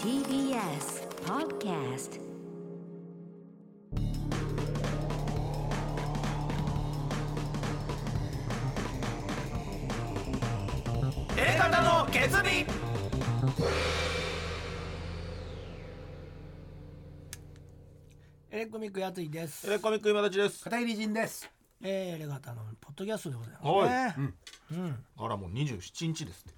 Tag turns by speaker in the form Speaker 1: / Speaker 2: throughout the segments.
Speaker 1: TBS Podcast
Speaker 2: 方の決意
Speaker 3: エレコミックやついです。
Speaker 2: エレコミック今立ちです
Speaker 4: 片桐仁です。
Speaker 3: えー、エレガタのポッドキャストでございます。
Speaker 2: はい、
Speaker 4: うん
Speaker 2: あらもう27日ですね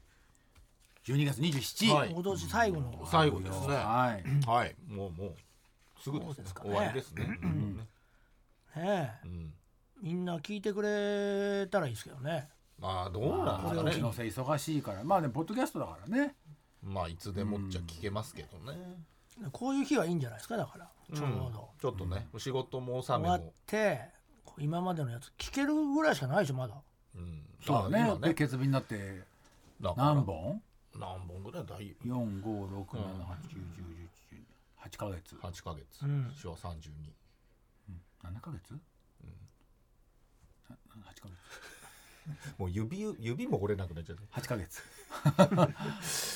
Speaker 4: 12月27日。
Speaker 2: は
Speaker 4: はいい。
Speaker 3: 今年最後の、
Speaker 2: 最後ですねは
Speaker 4: はい。
Speaker 2: い、もうもうすぐです,、
Speaker 3: そうですかね
Speaker 2: 終わりですね、うん
Speaker 3: ねえ、
Speaker 2: うん
Speaker 3: みんな聞いてくれたらいいですけどね。
Speaker 2: まあどうなん
Speaker 4: こ
Speaker 2: で
Speaker 4: れう
Speaker 2: す
Speaker 4: ち
Speaker 2: か
Speaker 4: の
Speaker 2: ね
Speaker 4: せい忙しいから、まあね、ポッドキャストだからね。
Speaker 2: まあいつでもっちゃ聞けますけどね、
Speaker 3: こういう日はいいんじゃないですか、だから、ちょうど。
Speaker 2: ちょっとね、仕事も納め
Speaker 3: 終わっ
Speaker 2: も、
Speaker 3: て、こう今までのやつ聞けるぐらいしかないでしょ、まだ。
Speaker 2: うん、
Speaker 4: そう
Speaker 2: まあ
Speaker 4: だね
Speaker 2: 今。
Speaker 4: で、欠便になって
Speaker 2: だから
Speaker 4: 何本
Speaker 2: 何本ぐらいだい
Speaker 4: ?4、5、6、7、8、9、10、11、8ヶ月。
Speaker 2: 8ヶ月、
Speaker 3: うん
Speaker 2: 昭和32
Speaker 4: 7ヶ月 ?8 ヶ月。
Speaker 2: もう指指も折れなくなっちゃって
Speaker 4: 8ヶ月。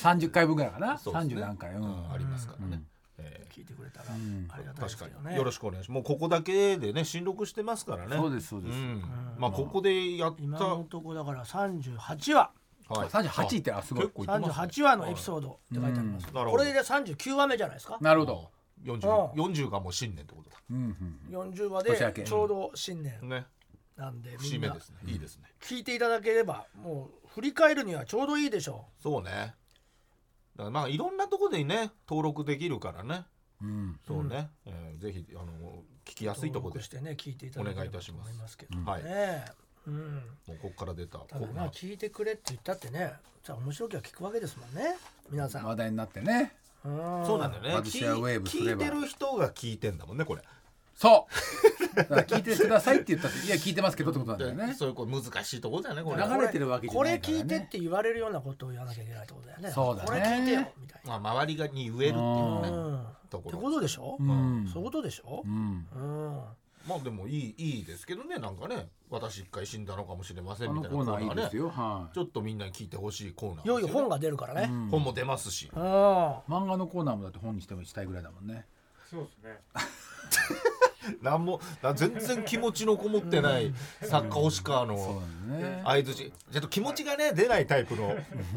Speaker 4: 30回分ぐらいかな
Speaker 2: そうですね
Speaker 4: ?30 何回。う
Speaker 2: うん
Speaker 4: ん
Speaker 2: あ。りますからね、
Speaker 4: うん
Speaker 2: えー
Speaker 3: 聞いてくれたら
Speaker 4: ん
Speaker 3: ありがたいで
Speaker 2: 確
Speaker 3: す
Speaker 2: か
Speaker 3: け
Speaker 2: に
Speaker 3: ど、ね。
Speaker 2: よろしくお願いしますもうここだけでね新録してますからね
Speaker 4: そうですそうです
Speaker 2: んまあここでやった
Speaker 3: 今のとこだから38話、
Speaker 2: はい
Speaker 4: 38ってあすごい
Speaker 2: 結構いってますね
Speaker 3: 38話のエピソードって書いてあります。
Speaker 2: うんなるほ
Speaker 3: こ
Speaker 2: ど
Speaker 3: れで39話目じゃないですか。
Speaker 4: なるほど。
Speaker 2: 40 40がもう新年ってことだ
Speaker 4: うんうん。
Speaker 3: 40話
Speaker 4: 年明け
Speaker 3: でちょうど新年
Speaker 2: ね
Speaker 3: なんで、み
Speaker 2: 節
Speaker 3: ん
Speaker 2: 目
Speaker 3: な
Speaker 2: ですねいいですね
Speaker 3: 聞いていただければもう振り返るにはちょうどいいでしょ
Speaker 2: そうねだからまあいろんなとこでね登録できるからね
Speaker 4: うん。
Speaker 2: そうね、えーぜひあの聞きや
Speaker 3: う
Speaker 2: すいとこ
Speaker 3: 登
Speaker 2: で
Speaker 3: 録してね聞いていただければと思いますけどね
Speaker 2: お願いいたし
Speaker 3: うん、
Speaker 2: もうここから出た
Speaker 3: ただ
Speaker 2: こ
Speaker 3: まあ聞いてくれって言ったってねじゃあ面白きゃ聞くわけですもんね皆さん、
Speaker 4: 話題になってね。
Speaker 3: うん
Speaker 2: そうなんだよね
Speaker 4: まずシェアウェーブす
Speaker 2: 聞
Speaker 4: れ
Speaker 2: い
Speaker 4: ば
Speaker 2: てる人が聞いてんだもんねこれ
Speaker 4: そう。だから聞いてくださいって言ったって、いや、聞いてますけどってことなんだよね。
Speaker 2: そういうこう難しいとこだよねこれ
Speaker 4: 流れてるわけじゃないか
Speaker 3: こ
Speaker 4: ら
Speaker 3: れ
Speaker 4: ね
Speaker 3: 聞いてって言われるようなことを言わなきゃいけないってことだよね
Speaker 4: そうだね
Speaker 3: これ聞いてよみたいな、
Speaker 2: まあ周りがに言えるっていうね
Speaker 3: うん、っ
Speaker 2: とこ
Speaker 3: て
Speaker 2: ろ
Speaker 3: ことでしょ、
Speaker 4: ん
Speaker 3: そういうことでしょ
Speaker 4: う、ん。
Speaker 3: うん
Speaker 2: まあでもいいいいですけどねなんかね私一回死んだのかもしれませ
Speaker 4: あ
Speaker 2: んみた
Speaker 4: の
Speaker 2: い
Speaker 4: コ
Speaker 2: な
Speaker 4: ー
Speaker 2: コーナーがね
Speaker 4: ナーいいですよ。はい。
Speaker 2: ちょっとみんなに聞いてほしいコーナー
Speaker 3: いよいよ本
Speaker 2: が
Speaker 3: が出るからね、うん
Speaker 2: 本も出ますし
Speaker 4: 漫画のコーナーもだって本にしてもしたいぐらいだもんね。
Speaker 2: なんもな全然気持ちのこもってない作家星川
Speaker 4: そう
Speaker 2: の
Speaker 4: なんだね。
Speaker 2: 相づちちょっと気持ちがね出ないタイプの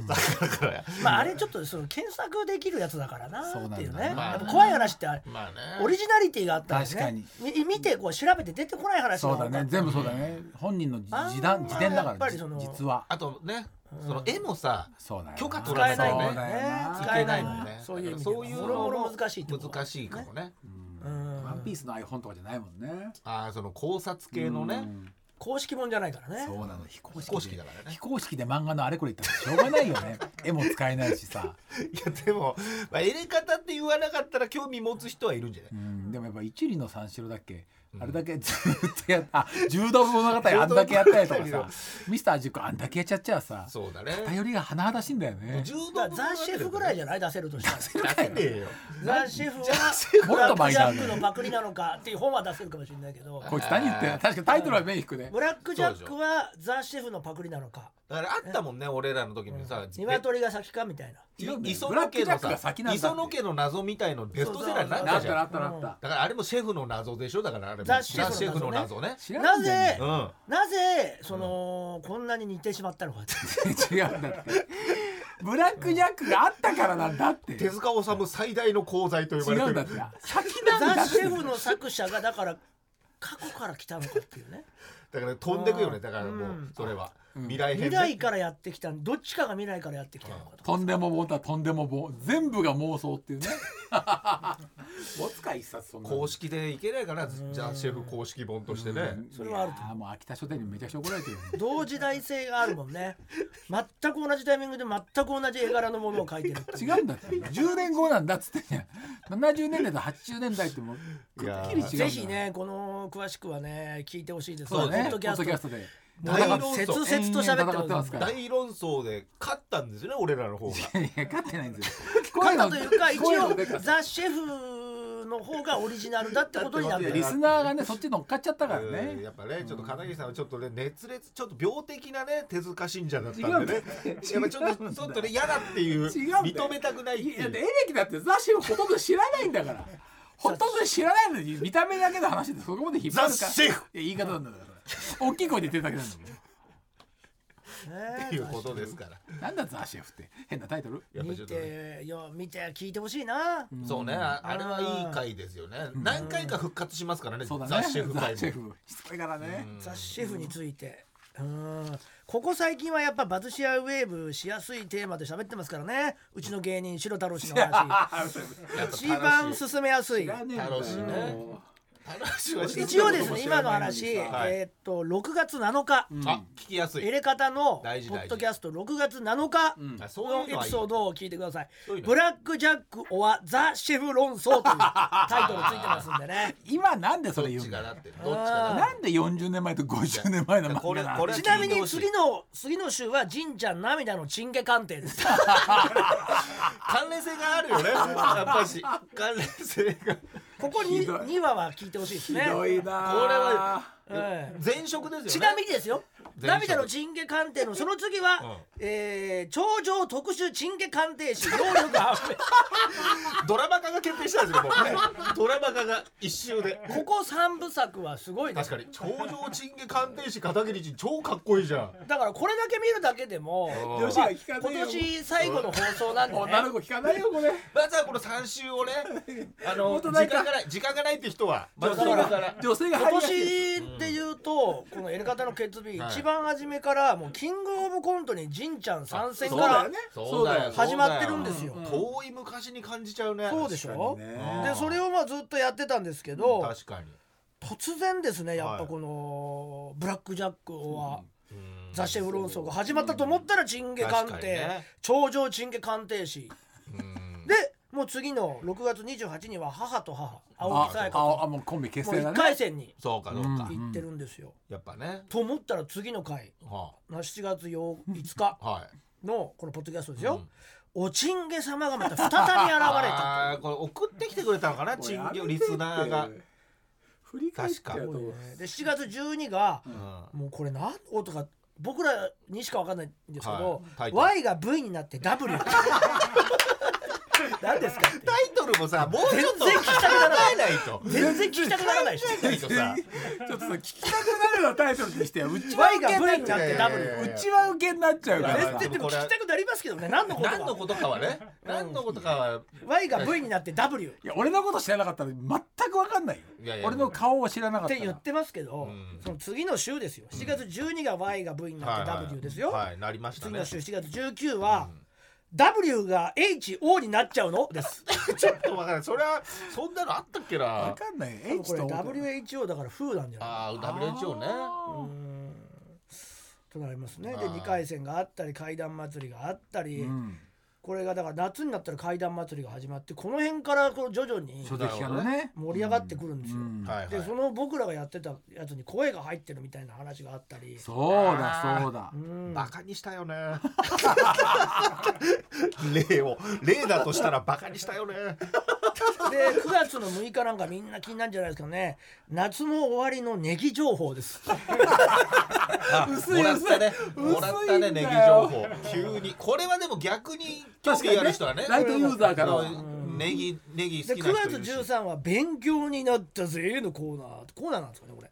Speaker 2: 作家だから
Speaker 3: まああれちょっとその検索できるやつだからな
Speaker 4: そうなん
Speaker 3: っ
Speaker 4: だ
Speaker 3: ていうね
Speaker 4: ま
Speaker 3: や
Speaker 2: あ
Speaker 3: っぱ怖い話ってあれ
Speaker 2: まあね
Speaker 3: オリジナリティがあったらね
Speaker 4: 確かに
Speaker 3: み見てこう調べて出てこない話が
Speaker 4: そ
Speaker 3: 多
Speaker 4: う
Speaker 3: か
Speaker 4: だ
Speaker 3: った
Speaker 4: ね。全部そうだね。本人の自自伝自伝だ
Speaker 3: やっ
Speaker 4: か
Speaker 3: ぱ
Speaker 4: ら
Speaker 3: り
Speaker 4: じ
Speaker 3: その
Speaker 4: 実は。
Speaker 2: あとねその絵もさ
Speaker 4: そうだよな。
Speaker 2: 許可取
Speaker 3: 使
Speaker 2: ら
Speaker 3: え
Speaker 2: な
Speaker 3: ない
Speaker 2: い
Speaker 3: ん
Speaker 2: と
Speaker 3: だよ
Speaker 2: ね
Speaker 4: そう
Speaker 2: 聞
Speaker 3: ね
Speaker 4: だよな
Speaker 3: 使え
Speaker 2: け
Speaker 3: な
Speaker 2: ないい
Speaker 3: のよ
Speaker 2: の
Speaker 3: ね
Speaker 2: ね
Speaker 3: そういう意味では
Speaker 2: そういう
Speaker 3: もろ
Speaker 2: の
Speaker 3: もろ
Speaker 2: も
Speaker 3: 難しいってこと
Speaker 2: 難しいかもね
Speaker 3: うん
Speaker 4: ワンピースの iPhone とかじゃないもんね。
Speaker 2: ああその考察系のね
Speaker 3: 公式本じゃないからね
Speaker 4: そうなの非公
Speaker 2: 非公式
Speaker 4: 式で
Speaker 2: だからね
Speaker 4: 非公式で漫画のあれこれ言ったらしょうがないよね。絵も使えないしさ。
Speaker 2: いやでも、まあ、入れ方って言わなかったら興味持つ人はいるんじゃない
Speaker 4: うんでもやっぱ一里の三四郎だっけ。あれだけずっとやった。あ柔道部物語あんだけやったりとか
Speaker 2: 柔道部物
Speaker 4: さ
Speaker 2: 語。
Speaker 4: ミスター塾あんだけやっちゃっちゃうさ。
Speaker 2: そうだね
Speaker 4: 頼りが甚だしいんだよね。
Speaker 2: 柔
Speaker 3: だ
Speaker 2: 道
Speaker 3: からザ・シェフぐらいじ
Speaker 2: ゃ
Speaker 3: ゃない出せるとした ら
Speaker 2: 出せねえよ
Speaker 3: ザ・シェフ
Speaker 4: フ
Speaker 3: は
Speaker 4: もっ
Speaker 3: ブラッ
Speaker 4: と
Speaker 3: ク
Speaker 4: マイ
Speaker 3: ジ
Speaker 4: ナ
Speaker 3: ャ
Speaker 4: ー
Speaker 3: ッ
Speaker 4: だよ
Speaker 3: クのパクリなのかっていう本は出せるかもしれないけど
Speaker 4: こいつ何言ってんの確かにタイトルは目引くね
Speaker 3: ブラックジャックはザ・シェフのパクリなのか
Speaker 2: だからあったもんね俺らの時にさ
Speaker 3: 鶏が先かみたいな
Speaker 2: べ
Speaker 4: 違うんだよ
Speaker 2: 磯
Speaker 4: ブラ
Speaker 2: 野
Speaker 4: ック
Speaker 2: 家
Speaker 4: ジャ
Speaker 2: の
Speaker 4: ックが
Speaker 2: さ
Speaker 4: 先なんだって
Speaker 2: 磯野家の謎みたいのベストセラーになった
Speaker 4: なっ
Speaker 2: じゃ
Speaker 4: た
Speaker 2: ん
Speaker 4: なったなった
Speaker 2: だからあれもシェフの謎でしょだからあれも
Speaker 3: ザシェフの謎ね
Speaker 2: ザシェフの謎ね
Speaker 4: 知ら
Speaker 3: なん
Speaker 4: だよ
Speaker 3: ぜ
Speaker 2: うん
Speaker 3: なぜそのこんなに似てしまったのかって
Speaker 4: 違うんだって ブラックジャックがあったからなんだって
Speaker 2: 手
Speaker 4: 違
Speaker 2: 塚治虫最大の功罪と呼ばれて
Speaker 4: うん
Speaker 2: る
Speaker 4: だって先なんだ
Speaker 3: ザ・
Speaker 4: っ
Speaker 3: シェ
Speaker 4: て
Speaker 3: フの作者がだから過去から来たのかっていうね
Speaker 2: だから飛んでくよ
Speaker 3: う
Speaker 2: ね
Speaker 3: ん
Speaker 2: だからもうそれは
Speaker 4: うん
Speaker 2: 未来編
Speaker 3: 未
Speaker 2: ね
Speaker 3: 来からやってきたどっちかが未来からやってきたのかとか
Speaker 4: とんでも棒だとんでも棒全部が妄想っていうね おつか一冊そんな
Speaker 2: 公式でいけないからザシェフ公式本としてね
Speaker 3: それはあると
Speaker 4: あもう秋田書店にめちゃくちゃ怒られてるよね
Speaker 3: 同時代性があるもんね全く同じタイミングで全く同じ絵柄のものを描いてるっていう
Speaker 4: 違うんだって10年後なんだっつってんや70年代と80年代ってもうくっきり違うんだ
Speaker 3: ぜひねこの詳しくはね聞いてほしいです
Speaker 4: そうだ
Speaker 3: ポ
Speaker 4: ねポ
Speaker 3: ッドキャ
Speaker 4: ッドキャ
Speaker 3: ス
Speaker 4: ストで
Speaker 3: ト
Speaker 2: 大論争
Speaker 3: 切々と喋ってますから
Speaker 4: ら
Speaker 2: 大論争で勝ったんですよね俺らの方が
Speaker 4: いや勝ってないんですよ。
Speaker 3: 勝ったというか
Speaker 4: 声
Speaker 3: 一
Speaker 4: の
Speaker 3: 応
Speaker 4: 声の出方
Speaker 3: ザ・シェフの方がオリジナルだってことになっ
Speaker 2: い
Speaker 3: て
Speaker 2: や
Speaker 3: る
Speaker 4: リスナーがねそっち乗っかっちゃったから
Speaker 2: うん
Speaker 4: ね
Speaker 2: やっぱねちょっと片桐さんはちょっとね熱烈ちょっと病的なね手塚信者だったんでね
Speaker 4: 違う
Speaker 2: やっぱちょっとちょっとね嫌だっていう
Speaker 4: 違うんだよ
Speaker 2: 認めたくないって
Speaker 4: い
Speaker 2: い
Speaker 4: や
Speaker 2: う
Speaker 4: でエレキだって雑誌をほとんど知らないんだからほとんど知らないのに見た目だけの話でそこまで引っ張るか
Speaker 2: ザシェフ
Speaker 4: いや言い方なんだから 大きい声で言ってるだけなんだ
Speaker 2: っていうことですから
Speaker 4: もんなんだザシェフって変なタイトル
Speaker 2: やっぱ
Speaker 3: 見
Speaker 2: ちょっとね
Speaker 3: てよ見て聞いてほしいな、
Speaker 2: そうねああれはいい回ですよね何回か復活しますからね
Speaker 4: そうだね
Speaker 2: 雑誌シェフ
Speaker 4: ザ
Speaker 2: 回
Speaker 4: シェ
Speaker 2: も
Speaker 4: フしつこいからね
Speaker 3: 雑誌シェフについてうんここ最近はやっぱバズシアウェーブしやすいテーマで喋ってますからねうちの芸人白太郎氏 の
Speaker 2: や
Speaker 3: 話
Speaker 2: っぱ楽し
Speaker 3: 一
Speaker 2: い
Speaker 3: 番進めやすい
Speaker 2: 楽しいね楽しいはし
Speaker 3: 一応ですね今の話、
Speaker 2: はい
Speaker 3: えーっと6月7日、
Speaker 2: あ聞きやすい
Speaker 3: エレカタのポ
Speaker 2: 大事大事
Speaker 3: ッドキャスト6月7日
Speaker 2: あそう
Speaker 3: の
Speaker 2: いうの
Speaker 3: エ
Speaker 2: は
Speaker 3: ピ
Speaker 2: いい
Speaker 3: ソードを聞いてください
Speaker 2: そういうの
Speaker 3: ブラック・ジャック・オア・ザ・シェフ論争 というタイトルついてますんでね
Speaker 4: 今なんで
Speaker 2: ど
Speaker 4: それ
Speaker 2: っ
Speaker 4: 言う
Speaker 2: ち
Speaker 4: ん
Speaker 2: が
Speaker 4: だ
Speaker 2: だっ
Speaker 4: よ
Speaker 2: てどっちがだっ
Speaker 4: なんで40年前と50年前の
Speaker 2: こ
Speaker 4: 漫
Speaker 2: れ
Speaker 4: 画な
Speaker 2: こ
Speaker 4: の
Speaker 2: れ
Speaker 3: ちなみに
Speaker 2: 次
Speaker 3: 次の次の週は神ちゃん涙のチンゲ鑑定です
Speaker 2: 関連性があるよ ねやっぱし関連性が
Speaker 3: ここに
Speaker 4: ひどい
Speaker 3: 2話は聞いてほしいですね
Speaker 4: ひどいな
Speaker 2: これは
Speaker 3: ええ
Speaker 2: 前職ですよね
Speaker 3: ちなみにですよ
Speaker 2: 前職
Speaker 3: 涙のチンゲ鑑定のその次は、えー、頂上特殊チンゲ鑑定士能力発 明
Speaker 2: ドラマ化が決定したんですよもうねドラマ化が一周で
Speaker 3: ここ三部作はすごいね
Speaker 2: 確かに頂上チンゲ鑑定士片桐仁超かっこいいじゃん
Speaker 3: だからこれだけ見るだけでも
Speaker 2: うん
Speaker 4: 吉
Speaker 3: まあ
Speaker 4: 原聞かねえ
Speaker 3: 今
Speaker 4: よ
Speaker 3: 年最後の放送なんでね
Speaker 4: 女の子聞かないよこれ
Speaker 2: まずはこの3週 をねあの
Speaker 4: 本
Speaker 2: 時
Speaker 4: 当ないか
Speaker 2: 間がない時間がないって人はまず
Speaker 4: 女性
Speaker 2: そこから
Speaker 4: が女性が
Speaker 3: 今
Speaker 4: 入りやすい
Speaker 3: 年で言うとこの「N 型の決日」
Speaker 2: はい
Speaker 3: 一番初めからもうキングオブコントにじんちゃん参戦か
Speaker 4: そうだ
Speaker 3: ら
Speaker 4: よね
Speaker 2: そうだよ
Speaker 3: 始まってるんですよ
Speaker 2: そうだ遠い昔に感じちゃうね
Speaker 3: そうでしょ
Speaker 4: 確かに
Speaker 2: ね
Speaker 3: でそれをまあずっとやってたんですけど
Speaker 2: 確かに
Speaker 3: 突然ですねやっ
Speaker 2: は
Speaker 3: ぱ
Speaker 2: い
Speaker 3: この「ブラック・ジャック」は
Speaker 2: うん
Speaker 3: ザ・シェフ論争が始まったと思ったらチンゲ鑑
Speaker 2: 確かに
Speaker 3: 定
Speaker 2: ね
Speaker 3: 頂上チンゲ鑑定士
Speaker 2: うん
Speaker 3: でもう次の6月28日には母と母青木さや
Speaker 4: あ
Speaker 3: か
Speaker 4: ああ
Speaker 3: と
Speaker 4: もうコンビ結
Speaker 3: もう
Speaker 4: 成だ
Speaker 3: 1
Speaker 4: ね
Speaker 3: 回戦に
Speaker 2: そうかどうか
Speaker 3: 行ってるんですよ。
Speaker 2: やっぱね
Speaker 3: と思ったら次の回
Speaker 2: は
Speaker 3: な7月8 5日
Speaker 2: あはい
Speaker 3: のこのポッドキャストですよ、おちんげ様がまた再び現れた
Speaker 2: あーこれ送ってきてくれたのかなチンゲリスナーが
Speaker 4: 振り返っちゃう
Speaker 2: 確
Speaker 4: と思う
Speaker 3: で7月12が、
Speaker 2: うん
Speaker 3: もうこれ何音か僕らにしか分かんないんですけど、
Speaker 2: はいタイトル
Speaker 3: Y が V になって W 何ですかって
Speaker 2: タイトルもさ もうちょっと考
Speaker 3: 全然聞きたくならない
Speaker 2: えないと。
Speaker 3: 全然聞きたくならないでしょ
Speaker 2: ないとさ
Speaker 4: ちょっとさ聞きたくなるようなタイトルにしてはうちは
Speaker 3: Y
Speaker 4: 受け
Speaker 3: が V
Speaker 4: に
Speaker 3: にな
Speaker 4: な
Speaker 3: っ
Speaker 4: っち
Speaker 3: て
Speaker 4: ゃう
Speaker 3: W
Speaker 2: えー
Speaker 4: うちは受けになっちゃうか
Speaker 2: いや
Speaker 4: ら
Speaker 2: いや
Speaker 3: ででも聞きたくなりますけどね何のこと
Speaker 2: 何の
Speaker 3: か
Speaker 2: ことかはね何のことかは
Speaker 3: Y が V になって W
Speaker 4: いや俺のこと知らなかったら全く分かんないよ
Speaker 2: いやいや
Speaker 4: 俺の顔を知らなか
Speaker 3: っ
Speaker 4: った
Speaker 3: て
Speaker 4: ら
Speaker 3: 言ってますけど、
Speaker 2: ん
Speaker 3: その次の週ですよ7月12が Y が V になって W ですよ、
Speaker 2: はいはいなりました
Speaker 3: 次
Speaker 2: ね
Speaker 3: の週7月19は、W が HO になっちゃうので す。
Speaker 2: ちょっとわからないそれはそんなのあったっけな
Speaker 4: 分かんないよ
Speaker 3: こ
Speaker 4: H
Speaker 3: れ
Speaker 4: と
Speaker 3: WHO だから風なんじゃない
Speaker 2: ああ WHO ね
Speaker 4: あ
Speaker 3: となりますね。で
Speaker 2: あー
Speaker 3: 2回戦があったり怪談祭りがあったり、
Speaker 4: ーうん
Speaker 3: これがだから夏になったら怪談祭りが始まってこの辺からこう徐々に
Speaker 4: 初期からね
Speaker 3: 盛り上がってくるんですよ。
Speaker 4: うん
Speaker 2: はいはい
Speaker 3: でその僕らがやってたやつに声が入ってるみたいな話があったり。
Speaker 4: そうだそうだ
Speaker 3: うん
Speaker 2: バカにしたよね 例を例だとしたらバカにしたよね
Speaker 3: で9月の6日なんかみんな気になるんじゃないですかね夏の終わりのネギ情 報です
Speaker 4: 薄
Speaker 2: も
Speaker 4: い
Speaker 2: らっ
Speaker 4: 薄
Speaker 2: た
Speaker 4: い
Speaker 2: ねもらったね
Speaker 4: 薄いんだ
Speaker 2: ネギ
Speaker 4: よ
Speaker 2: 情報急にこれはでも逆に興味ある人はね
Speaker 4: ライトユーザーからは
Speaker 2: ネギネギ好
Speaker 3: で
Speaker 2: き
Speaker 3: 9
Speaker 2: な人い
Speaker 3: 月
Speaker 2: るし
Speaker 3: 13は「勉強になったぜ」のコーナーコーナーなんですかねこれ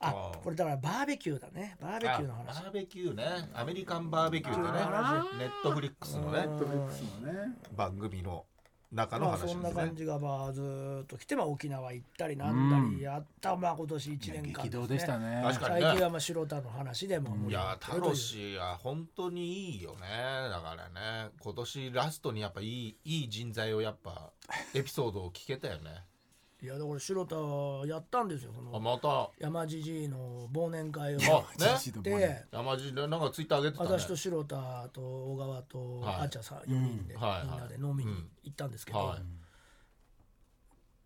Speaker 3: あ
Speaker 2: あー
Speaker 3: これだからバーベキューだねバーベキューの
Speaker 2: あ
Speaker 3: 話
Speaker 2: バーベキューねアメリカンバーベキューって
Speaker 3: バーベキュー
Speaker 2: ね
Speaker 3: の
Speaker 2: ネットフリックスのね
Speaker 4: Netflix のね
Speaker 2: 番組の中の
Speaker 3: まあ
Speaker 2: 話で
Speaker 3: そ
Speaker 2: す
Speaker 3: んな
Speaker 2: ね
Speaker 3: 感じがまあずーっと来て、まあ、沖縄行ったりなんだりやった、まあ今年1年間、
Speaker 4: 激動でしたね
Speaker 2: 確か
Speaker 3: 最
Speaker 2: にね
Speaker 3: 近はまあ白田の話で
Speaker 2: いや
Speaker 3: も盛り上がってるという
Speaker 2: 楽しいや本当にいいよねだからね今年ラストにやっぱいいいい人材をやっぱエピソードを聞けたよね
Speaker 3: いやだから白田やったんですよそ
Speaker 2: あ
Speaker 3: の
Speaker 2: また
Speaker 3: 山じじいの忘年会を
Speaker 2: あね
Speaker 4: 一度もね
Speaker 3: で
Speaker 2: 山地でなんかツイッター上げてたね
Speaker 3: 私と白田と小川と
Speaker 2: はい
Speaker 3: あっちゃんさん4人でみん
Speaker 2: はいはい
Speaker 3: なで飲みに行ったんですけど、
Speaker 2: はい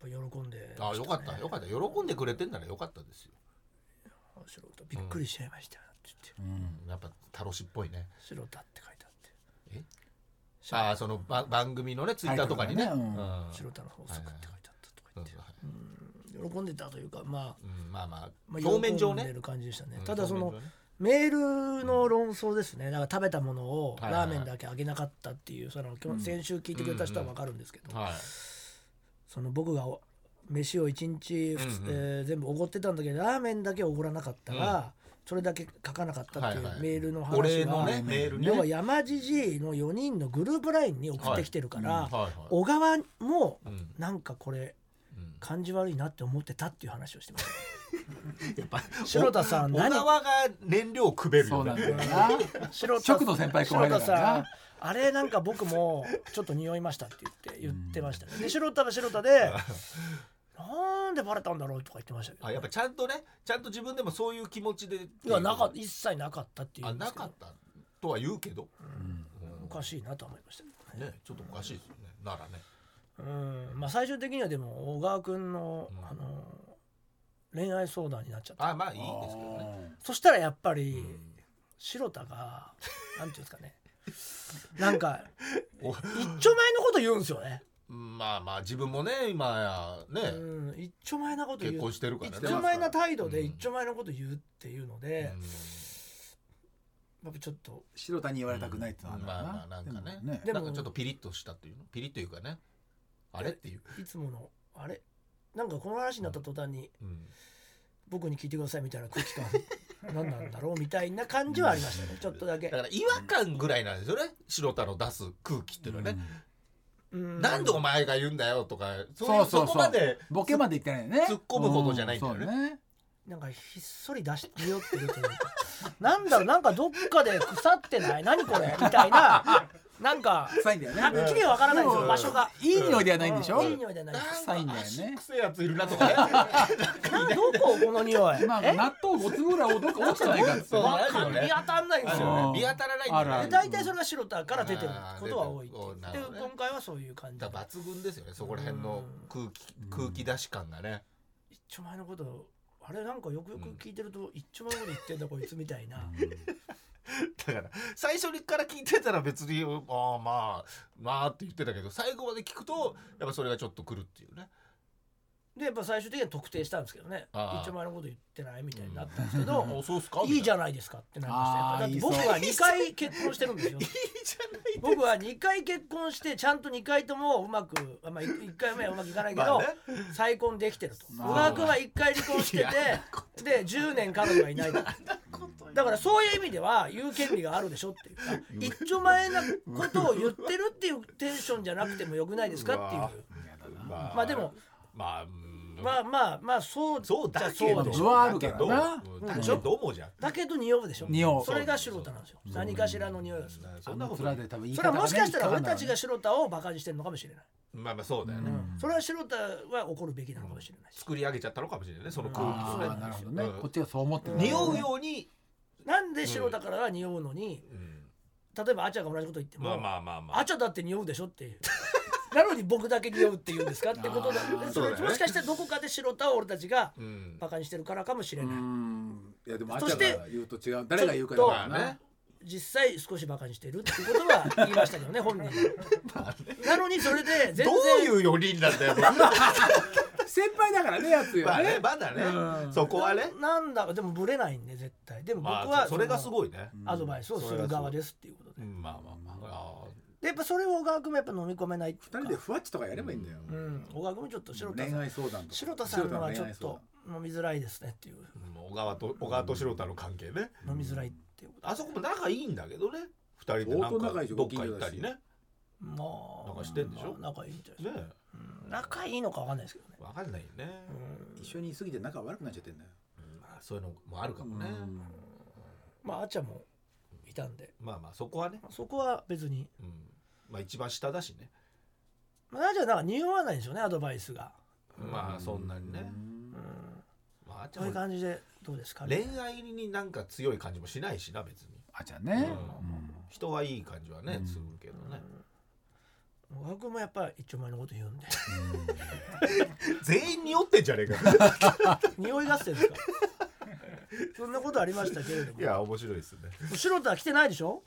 Speaker 3: やっぱ喜んで
Speaker 2: あよかったよかった喜んでくれてんならよかったですよ
Speaker 3: 素人びっくりしちゃいましたって言って、
Speaker 2: やっぱ楽しっぽいね
Speaker 3: 素人って書いてあって
Speaker 2: あーそのば番組のねツイッターとかにね
Speaker 4: タイトル
Speaker 2: う
Speaker 4: が
Speaker 2: ん
Speaker 3: 素人の法則って書いてあったとか
Speaker 2: う
Speaker 3: 言
Speaker 2: ん
Speaker 3: って、喜んでたというかまあ
Speaker 2: うん、まあま
Speaker 3: ま
Speaker 2: あ
Speaker 3: あ
Speaker 2: 表面上
Speaker 3: 喜んで
Speaker 2: ね
Speaker 3: る感じでしたね
Speaker 2: うん
Speaker 3: ただその
Speaker 2: 表面上ね
Speaker 3: メールの論争ですねだから食べたものを
Speaker 2: はいはいは
Speaker 3: ラ
Speaker 2: い
Speaker 3: ーメンだけあげなかったっていうその今日先週聞いてくれた人は分かるんですけど
Speaker 2: はい
Speaker 3: その僕がお飯を一日ふつ、
Speaker 2: うんうん
Speaker 3: えー全部おごってたんだけどラーメンだけおごらなかったら、それだけ書かなかったっていう
Speaker 2: はいはい
Speaker 3: メールの話が、
Speaker 2: お礼のねメールね
Speaker 3: 要は山じじいの4人のグループラインに送ってきてるから、
Speaker 2: はいはい
Speaker 3: 小川も
Speaker 2: うん
Speaker 3: なんかこれ
Speaker 2: うん
Speaker 3: 感じ悪いなって思ってたっていう話をしてます
Speaker 2: やっぱ
Speaker 3: 白田さん
Speaker 2: お
Speaker 3: 何
Speaker 2: 小川が燃料をくべる
Speaker 4: そ
Speaker 2: よ
Speaker 4: うなんだ
Speaker 2: ね
Speaker 4: よな
Speaker 3: 白田
Speaker 4: 直の先輩後輩
Speaker 3: 白
Speaker 4: だからな
Speaker 3: 田さんあれなんか僕もちょっと匂いましたって言って言ってましたね、で白田は白田でなんでバレたんだろうとか言ってましたけど
Speaker 2: あやっぱちゃんとねちゃんと自分でもそういう気持ちで
Speaker 3: いやなか一切なかったっていう
Speaker 2: あ
Speaker 3: んで
Speaker 2: な
Speaker 3: すけど
Speaker 2: かったとは言うけど、
Speaker 3: おかしいなとは思いました
Speaker 2: う
Speaker 3: け
Speaker 2: んねちょっとおかしいですよねならね
Speaker 3: どねうんまあ最終的にはでも小川君の、
Speaker 2: うん
Speaker 3: あの恋愛相談になっちゃった
Speaker 2: あまあいいですけどね
Speaker 3: そしたらやっぱり、
Speaker 2: ん
Speaker 3: 白田がなんていうんですかねなんか
Speaker 2: お
Speaker 3: 一丁前のこと言うんですよね、
Speaker 2: まあまあ自分もね今やね、
Speaker 3: うん、一丁前なこと言う
Speaker 2: 結婚してるからね
Speaker 3: 一丁前な態度で
Speaker 2: うん
Speaker 3: 一丁前のこと言うっていうので、
Speaker 2: うん
Speaker 3: やっぱちょっと
Speaker 4: 白田に言われたくないってのはある
Speaker 2: まあまあなんかね
Speaker 4: で
Speaker 3: でも
Speaker 4: も
Speaker 2: なんかちょっとピリッとしたっていうのピリッというかねあれっていう、
Speaker 3: いつものあれなんかこの話になった途端に
Speaker 2: うん
Speaker 3: 僕に聞いてくださいみたいな空気感 何なんだろうみたいな感じはありましたねちょっとだけ
Speaker 2: だから違和感ぐらいなんですよね白田の出す空気っていうのはね、
Speaker 3: うん
Speaker 2: なんでお前が言うんだよとかそうい
Speaker 4: そううそ
Speaker 2: そこ
Speaker 4: うそ
Speaker 2: ま
Speaker 4: う
Speaker 2: で
Speaker 4: ボケまで言ってないよね
Speaker 2: 突っ込むほどじゃないんだよね
Speaker 4: うそうね
Speaker 3: なんかひっそり出し匂ってるというかなんだろうなんかどっかで腐ってない何これみたいななんか
Speaker 4: 臭いんだよね
Speaker 3: はっきりわからないんです
Speaker 2: う
Speaker 3: よ
Speaker 2: ん
Speaker 3: 場所が
Speaker 4: いい匂いではないんでしょ
Speaker 3: ういい匂いじゃないです
Speaker 4: 臭いんだよね
Speaker 2: くせえやついるなと かね
Speaker 3: などここの匂い
Speaker 4: まあ
Speaker 3: え
Speaker 4: 納豆5粒ぐらいどっか落ちてないかっつって
Speaker 2: そう
Speaker 4: ね
Speaker 3: わかん
Speaker 2: あるよ
Speaker 3: 見
Speaker 2: ね
Speaker 3: 当たんないんですよね
Speaker 4: うん
Speaker 2: 見当たらないんだよね
Speaker 4: あるあ
Speaker 3: で
Speaker 4: る
Speaker 3: 大体それが白田から出てることは多いっていう
Speaker 2: あーな
Speaker 3: で
Speaker 2: るほどね
Speaker 3: 今回はそういう感じ
Speaker 2: だから抜群ですよねそこら辺の空気空気出し感がね
Speaker 3: 一丁前のことあれなんかよくよく聞いてると一丁前のこと言ってんだこいつみたいな
Speaker 2: だから最初から聞いてたら別にああまあまあって言ってたけど最後まで聞くとやっぱそれがちょっとくるっていうね
Speaker 3: でやっぱ最終的には特定したんですけどね
Speaker 2: ああ
Speaker 3: 一丁前のこと言ってないみたいになったんですけど、
Speaker 2: あそうっすか
Speaker 3: いいじゃ
Speaker 2: ん
Speaker 3: ないですかってなりましたよ
Speaker 4: ああ
Speaker 3: だって
Speaker 4: いい
Speaker 3: 僕
Speaker 4: そう
Speaker 3: は2回結婚してるんです よ
Speaker 2: いいじゃない
Speaker 3: 僕は2回結婚してちゃんと2回ともうまく、あまあ、1回目はうまくいかないけど、
Speaker 2: まあね
Speaker 3: 再婚できてると
Speaker 4: まあ
Speaker 3: 小川君は1回離婚して
Speaker 2: いや
Speaker 3: てで10年彼女がいないとだからそういう意味では言う権利があるでしょっていうか一丁前なことを言ってるっていうテンションじゃなくてもよくないですかっていう
Speaker 2: うわま
Speaker 3: まあでも
Speaker 2: まあうん
Speaker 3: まあまあまあそう
Speaker 2: そうだ
Speaker 3: じゃ
Speaker 2: け
Speaker 3: あそ
Speaker 2: ど
Speaker 3: うでし
Speaker 4: ま
Speaker 3: ょ
Speaker 4: あ分はあるからな
Speaker 2: うんだけどもじゃん
Speaker 3: だけど匂うでしょ
Speaker 4: 匂う
Speaker 3: それが素人なんですよ何かしらの匂いがする
Speaker 2: そんなこ
Speaker 4: そ
Speaker 2: と
Speaker 4: れ
Speaker 2: ない
Speaker 4: は多分言い
Speaker 3: そ
Speaker 4: 方
Speaker 3: れ
Speaker 4: が
Speaker 3: は
Speaker 4: ね
Speaker 3: もしかしたら
Speaker 4: 引っ
Speaker 3: 俺
Speaker 4: かか
Speaker 3: た
Speaker 4: んだ
Speaker 3: ち
Speaker 4: ろう
Speaker 3: が白
Speaker 4: ね
Speaker 3: 田をバカにしてるのかもしれない
Speaker 2: まあまあそうだよね
Speaker 3: それは白田は怒るべきなのかもしれないし
Speaker 2: 作り上げちゃったのかもしれないねその空
Speaker 4: あ
Speaker 2: 気を
Speaker 4: あな
Speaker 2: ね
Speaker 4: るほどね
Speaker 2: うん
Speaker 4: こっちがそう思ってる
Speaker 2: 匂うように
Speaker 3: なんで白田からは匂うのに
Speaker 2: うん
Speaker 3: 例えばあちゃんが同じこと言っても、
Speaker 2: まあまあまあまあ
Speaker 3: あちゃだって匂うでしょっていう なのに僕だけ匂うって言うんですかってことだよねそ
Speaker 2: そうだ
Speaker 3: れ
Speaker 2: よね
Speaker 3: もしかしてどこかで白田を俺たちが
Speaker 2: うん
Speaker 3: バカにしてるからかもしれ
Speaker 4: う
Speaker 3: ない、
Speaker 4: んいやでもあ
Speaker 3: そ
Speaker 4: ちゃ
Speaker 3: し
Speaker 4: ん
Speaker 3: て
Speaker 4: が言うと違う誰が言うかだ
Speaker 2: ま
Speaker 4: か
Speaker 2: あ
Speaker 4: らな
Speaker 2: ね
Speaker 3: 実際少しバカにしてるっていうことは言いまし たけどね本人なのにそれで全然
Speaker 2: どういう四人なんだよ。ま
Speaker 4: 先輩だからねやつよ
Speaker 2: あね
Speaker 4: ね、
Speaker 2: まだ
Speaker 4: う
Speaker 2: ね、
Speaker 4: ん
Speaker 2: そこはね。
Speaker 3: なんだかでもブレないんで絶対でも僕は、
Speaker 2: まあ、それがす
Speaker 3: い
Speaker 2: ごいね。
Speaker 3: アドバイスをする側ですっていうことで
Speaker 2: うんまあまあまあ。
Speaker 3: でやっぱそれを小川君もやっぱ飲み込めないっていうか
Speaker 4: 二人でふわっちとかやればいいんだよ、
Speaker 3: うん、小川君もちょっと白田
Speaker 4: 恋
Speaker 3: さん
Speaker 4: 愛相談とか
Speaker 3: 白田さんのはちょっ
Speaker 4: 白田の恋愛相
Speaker 3: と
Speaker 4: 談
Speaker 3: 飲みづらいですねっていう
Speaker 2: うん小川と小川と白太の関係ね。
Speaker 3: 飲みづらいっていうこと
Speaker 2: あそこも仲いいんだけどね。二人でな
Speaker 4: 相
Speaker 2: ん
Speaker 4: 当仲
Speaker 2: か
Speaker 4: いいでしょ
Speaker 2: どっか行ったりね。
Speaker 3: まあ
Speaker 2: なんかしてんでしょ
Speaker 3: まあ仲いいんじゃないで
Speaker 2: ね
Speaker 3: すか、うん仲いいのかわかんないですけどね、
Speaker 2: わかんないよね。
Speaker 4: 一緒にいすぎて仲悪くなっちゃってんだよ
Speaker 2: まあそういうのもあるかもね。
Speaker 3: まああっちゃんもいたんで
Speaker 2: まあまあそこはね。
Speaker 3: まあそこは別に、
Speaker 2: うんまあ一番下だしね。
Speaker 3: まあ、あっちゃんなんか匂わないんですよねアドバイスが
Speaker 2: まあそんなにね。まああっちゃ
Speaker 3: こうんいう
Speaker 2: も
Speaker 3: 感じでどうですかね
Speaker 2: 恋愛になんか強い感じもしないしな別に。
Speaker 4: あちゃんね、
Speaker 2: 人はいい感じはねするけどね。
Speaker 3: 小川君もやっぱ一丁前のこと言うんで
Speaker 2: 全員に酔ってんじゃねえか。
Speaker 3: 匂い合戦 ですかそんなことありましたけれども
Speaker 2: いや面白いですね。
Speaker 3: 白田は来てないでしょ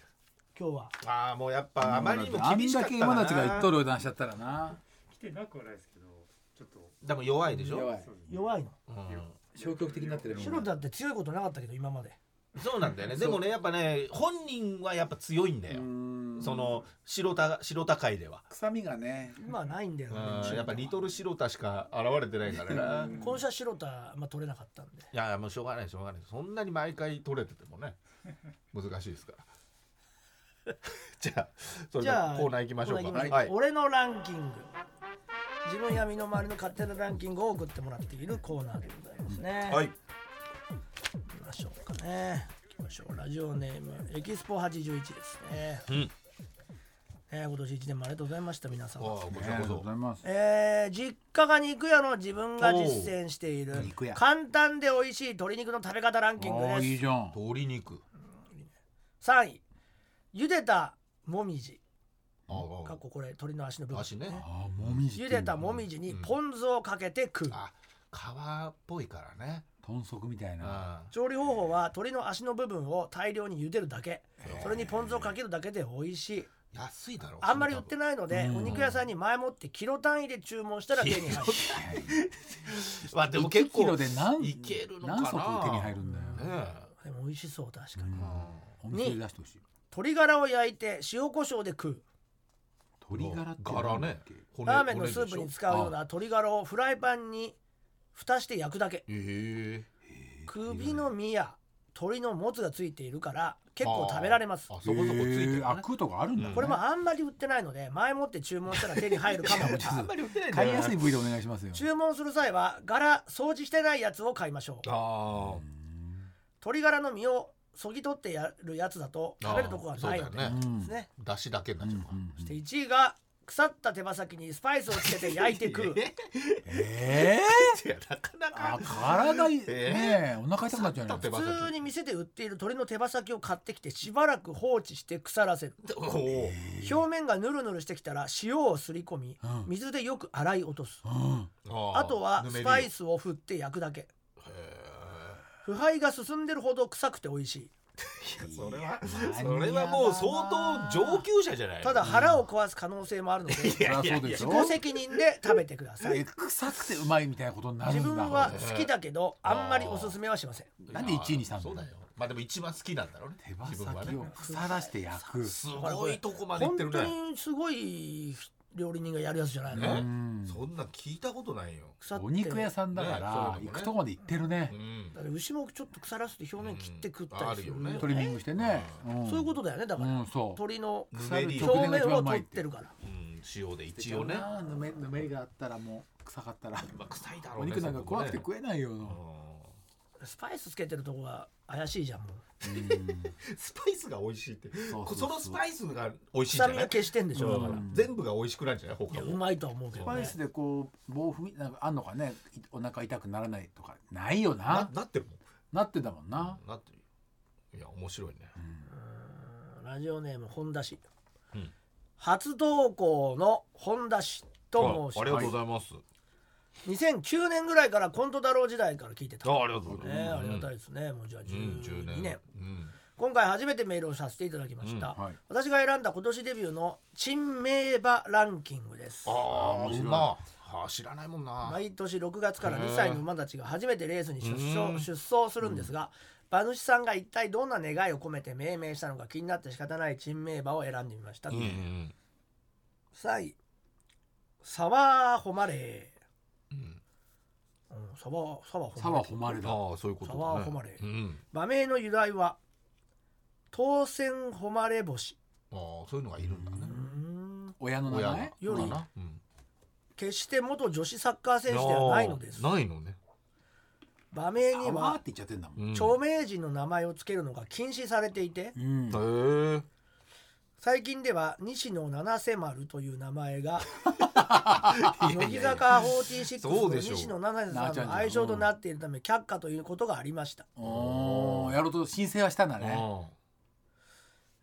Speaker 3: 今日は
Speaker 2: ああもうやっぱあまりにも
Speaker 4: あん
Speaker 2: 厳しか
Speaker 4: だ
Speaker 2: った
Speaker 4: け
Speaker 2: かな。
Speaker 4: 今たちが言っとるようなしちゃったらな
Speaker 5: 来てなくはないですけどちょっと
Speaker 2: でも弱いでしょ、
Speaker 4: 弱い
Speaker 5: そうですね
Speaker 3: 弱いの
Speaker 2: うん
Speaker 4: 消極的になってる
Speaker 3: 白田って強いことなかったけど今まで
Speaker 2: そうなんだよねでもねやっぱね本人はやっぱ強いんだよ、その白田白田会では、
Speaker 4: 臭みがね
Speaker 3: 今はないんだよね
Speaker 2: うんやっぱリト
Speaker 3: ル
Speaker 2: ル白田しか現れてないからな
Speaker 3: 今週は白田、まあ、取れなかったんで
Speaker 2: いやいやもうしょうがないしょうがないそんなに毎回取れてても ね難しいですから じゃあそれ
Speaker 3: じ
Speaker 2: で
Speaker 3: ゃ
Speaker 2: は
Speaker 3: あ
Speaker 2: コーナー行きましょう
Speaker 3: コ
Speaker 2: か
Speaker 3: ーナー行きましょう
Speaker 2: はい、
Speaker 3: 俺のランキング自分や身の回りの勝手なランキングを送ってもらっているコーナーでございますね、
Speaker 2: はい
Speaker 3: 行きましょうかね行きましょうラジオネームエキスポ81ですね、
Speaker 2: うん
Speaker 3: えー今年1年もありがとうございました皆
Speaker 2: あ
Speaker 3: さ
Speaker 2: ー
Speaker 3: ん
Speaker 2: こ
Speaker 4: あ
Speaker 2: ちらこそ、
Speaker 4: います
Speaker 3: えー実家が肉屋の自分が実践している
Speaker 4: おう肉屋
Speaker 3: 簡単で美味しい鶏肉の食べ方ランキング
Speaker 4: ああいい
Speaker 3: で
Speaker 4: じゃん
Speaker 2: 鶏肉
Speaker 3: す3位茹でたもみじ
Speaker 2: あー
Speaker 3: かっここれ鶏の足の部分
Speaker 2: 足ね
Speaker 4: ああもみじ
Speaker 3: 茹でたもみじにポン酢をかけて食う、
Speaker 2: あ皮っぽいからね
Speaker 4: 豚足みたい な
Speaker 2: あ
Speaker 3: 調理方法は鶏の足の部分を大量に茹でるだけそれにポン酢をかけるだけで美味しい
Speaker 2: 安いだろう
Speaker 3: あんまり売ってないので
Speaker 4: うん
Speaker 3: お肉屋さんに前もってキロ単位で注文したら手に入る
Speaker 2: まあでも結
Speaker 4: 1キロ
Speaker 2: 構
Speaker 4: で何
Speaker 2: いけるのかな
Speaker 4: 何足手に入るんだよ
Speaker 2: ね
Speaker 3: でも美味しそう確かに、
Speaker 4: うんお店で出してほしい
Speaker 3: 鶏ガラを焼いて塩コショウで食う
Speaker 4: 鶏ガラって
Speaker 2: 柄ね骨
Speaker 3: ラーメンのスープに使うよう
Speaker 2: あ
Speaker 3: な鶏ガラをフライパンに蓋して焼くだけ
Speaker 2: へえ
Speaker 3: 首の身や鶏のもつがついているから結構食べられます
Speaker 2: あそ
Speaker 4: そ
Speaker 2: こ
Speaker 4: こ
Speaker 2: そ
Speaker 4: そ
Speaker 2: こ
Speaker 4: こ
Speaker 2: つ
Speaker 4: つ
Speaker 2: いて
Speaker 4: いて
Speaker 2: る、ね
Speaker 4: るあ食うとこあるんだね
Speaker 3: これもあんまり売ってないので前もって注文したら手に入る かも
Speaker 2: あんまり売ってないんだ
Speaker 4: 買
Speaker 2: よ
Speaker 4: いやす
Speaker 2: ね
Speaker 4: い部位でお願いしますよ
Speaker 3: 注文する際は柄掃除してないやつを買いましょう
Speaker 2: ああ
Speaker 3: 鶏ガラの身をそぎ取ってやるやつだと食べるとこがないの
Speaker 2: そう
Speaker 3: で
Speaker 2: だよね
Speaker 3: ですね
Speaker 2: 出汁だけになっちゃうから、
Speaker 3: そして1位が腐った手羽先にスパイスをつけて焼いて食 う
Speaker 4: ええ
Speaker 2: いやなかな
Speaker 4: あ
Speaker 2: か
Speaker 4: 体いね
Speaker 2: え
Speaker 4: えお腹痛くなっちゃうじ
Speaker 2: だ
Speaker 4: ゃな
Speaker 2: っ
Speaker 4: い
Speaker 2: て
Speaker 4: ですか
Speaker 2: ば
Speaker 3: 普通に店で売っている鶏の手羽先を買ってきてしばらく放置して腐らせる
Speaker 2: おお
Speaker 3: 表面がヌルヌルしてきたら塩をすり込み
Speaker 4: うん
Speaker 3: 水でよく洗い落とす
Speaker 4: うん
Speaker 2: あ
Speaker 3: あとはスパイ
Speaker 2: ス
Speaker 3: スを振って焼くだけ腐敗が進んでるほど臭くて美味しい
Speaker 2: それは
Speaker 4: マニアだ
Speaker 2: そ
Speaker 4: な
Speaker 2: れはもう相当上級者じゃない
Speaker 3: ただ腹を壊す可能性もあるので
Speaker 4: そりゃそうで
Speaker 3: 自
Speaker 4: しょ
Speaker 3: 己責任で食べてくださ
Speaker 4: え
Speaker 3: い
Speaker 4: 臭くてうまいみたいなこと になる
Speaker 3: 自
Speaker 4: んだ
Speaker 3: 分は好きだけどあんまりおすすめはしません
Speaker 4: なんで1位にしたんだ
Speaker 2: そ
Speaker 4: よ
Speaker 2: うだよまあでも一番好きなんだろうね
Speaker 4: 手羽
Speaker 2: 自分はね
Speaker 4: 先を腐らして焼く
Speaker 2: すごいとこまで行っ
Speaker 3: 本
Speaker 2: て
Speaker 3: 当
Speaker 2: るね
Speaker 3: にすごい料理人がやるやつじゃないの、
Speaker 2: ね
Speaker 4: うん
Speaker 2: そんなん聞いたことないよ
Speaker 3: 腐って
Speaker 4: お肉屋さんだか
Speaker 2: ね
Speaker 4: ら
Speaker 2: そういうのもね
Speaker 4: 行くとこまで行ってるね
Speaker 2: うん
Speaker 3: だって牛もちょっと腐らせて表面切って食ったりする、
Speaker 2: うんあるよね
Speaker 4: トリミングしてねん
Speaker 3: そういうことだよねだから、
Speaker 4: うんそう
Speaker 3: 鳥の
Speaker 2: ぬ
Speaker 4: 腐
Speaker 2: め
Speaker 4: る
Speaker 2: り
Speaker 4: 直
Speaker 3: 表
Speaker 4: 前
Speaker 3: 面
Speaker 4: が一番
Speaker 3: を
Speaker 4: うま
Speaker 3: 取
Speaker 4: い
Speaker 3: っ
Speaker 4: ってて
Speaker 3: るから
Speaker 2: うん塩で一応ね
Speaker 4: あーぬめぬめりがあったらもう臭かったら
Speaker 2: まあ臭いだろ
Speaker 4: お
Speaker 2: うね
Speaker 4: 肉なんか怖くて
Speaker 2: そこ
Speaker 4: 食えないよ
Speaker 3: スパイスつけてるとこが怪しいじゃんもう
Speaker 2: ねうんスパイスが美味しいって
Speaker 4: うそうそう
Speaker 2: そのスパイスが美味しいんじ
Speaker 3: 臭
Speaker 2: ゃ
Speaker 3: み
Speaker 2: な
Speaker 3: を
Speaker 2: い
Speaker 3: 消してんでしょだから、
Speaker 4: ん
Speaker 2: 全部が美味しくなるんじゃない他
Speaker 3: いや
Speaker 2: も
Speaker 3: うまいとは思うけ
Speaker 4: ス
Speaker 3: ど、ね、
Speaker 4: パイスでこう棒踏みなんかあんのかねいお腹痛くならないとかないよ
Speaker 2: な
Speaker 4: な
Speaker 2: なってるもん
Speaker 4: なってたもんな
Speaker 2: なってるいや面白いね
Speaker 3: ラジオネーム本田氏、
Speaker 2: うん
Speaker 3: 初投稿の本田氏と申し
Speaker 2: あり
Speaker 3: ま
Speaker 2: が
Speaker 3: す
Speaker 2: とうございます
Speaker 3: 2009年ぐらいからコント太郎時代から聞いてた、ね、
Speaker 2: あありがとうございます
Speaker 3: ありがたいですねもうじゃあ
Speaker 2: うん
Speaker 3: 12
Speaker 2: 10
Speaker 3: 年,、
Speaker 2: 年うん
Speaker 3: 今回初めてメールをさせていただきました、
Speaker 4: うんはい
Speaker 3: 私が選んだ今年デビューの珍名馬ランキングです
Speaker 2: ああ
Speaker 4: 面白い
Speaker 2: まああ知らないもんな
Speaker 3: 毎年6月から2歳の馬たちが初めてレースに出
Speaker 2: うん
Speaker 3: 走出走するんですが馬主さんが一体どんな願いを込めて命名したのか気になって仕方ない珍名馬を選んでみました、
Speaker 2: うんうん
Speaker 3: 3位サワーホマレ
Speaker 2: うん
Speaker 3: ー、うん、サワーサワー
Speaker 4: サ
Speaker 3: ホマ
Speaker 4: ワ
Speaker 3: レー
Speaker 4: 誉れだ
Speaker 2: ああそういうこと
Speaker 3: サワー
Speaker 2: だ
Speaker 3: 誉
Speaker 2: ね
Speaker 3: れ
Speaker 2: うん
Speaker 3: 馬名の由来は当選誉れ星
Speaker 2: ああそういうのがいるんだね
Speaker 3: うん
Speaker 4: 親の名
Speaker 2: 親
Speaker 4: 前
Speaker 2: が
Speaker 3: より
Speaker 2: まあなうん
Speaker 3: 決して元女子サッカー選手ではないのです
Speaker 2: ああないのね
Speaker 3: 馬名に
Speaker 4: サワーっ
Speaker 3: は
Speaker 4: て言っちゃってんだもん、
Speaker 2: うん
Speaker 3: 著名人の名前を付けるのが禁止されていて
Speaker 4: うん
Speaker 2: へえ
Speaker 3: 最近では西野七瀬丸という名前が乃木坂46
Speaker 2: そう
Speaker 3: の
Speaker 2: でしょう
Speaker 3: 西野七瀬さんの愛称となっているため却下ということがありました、
Speaker 4: おーやろうと申請はしたんだね
Speaker 2: あ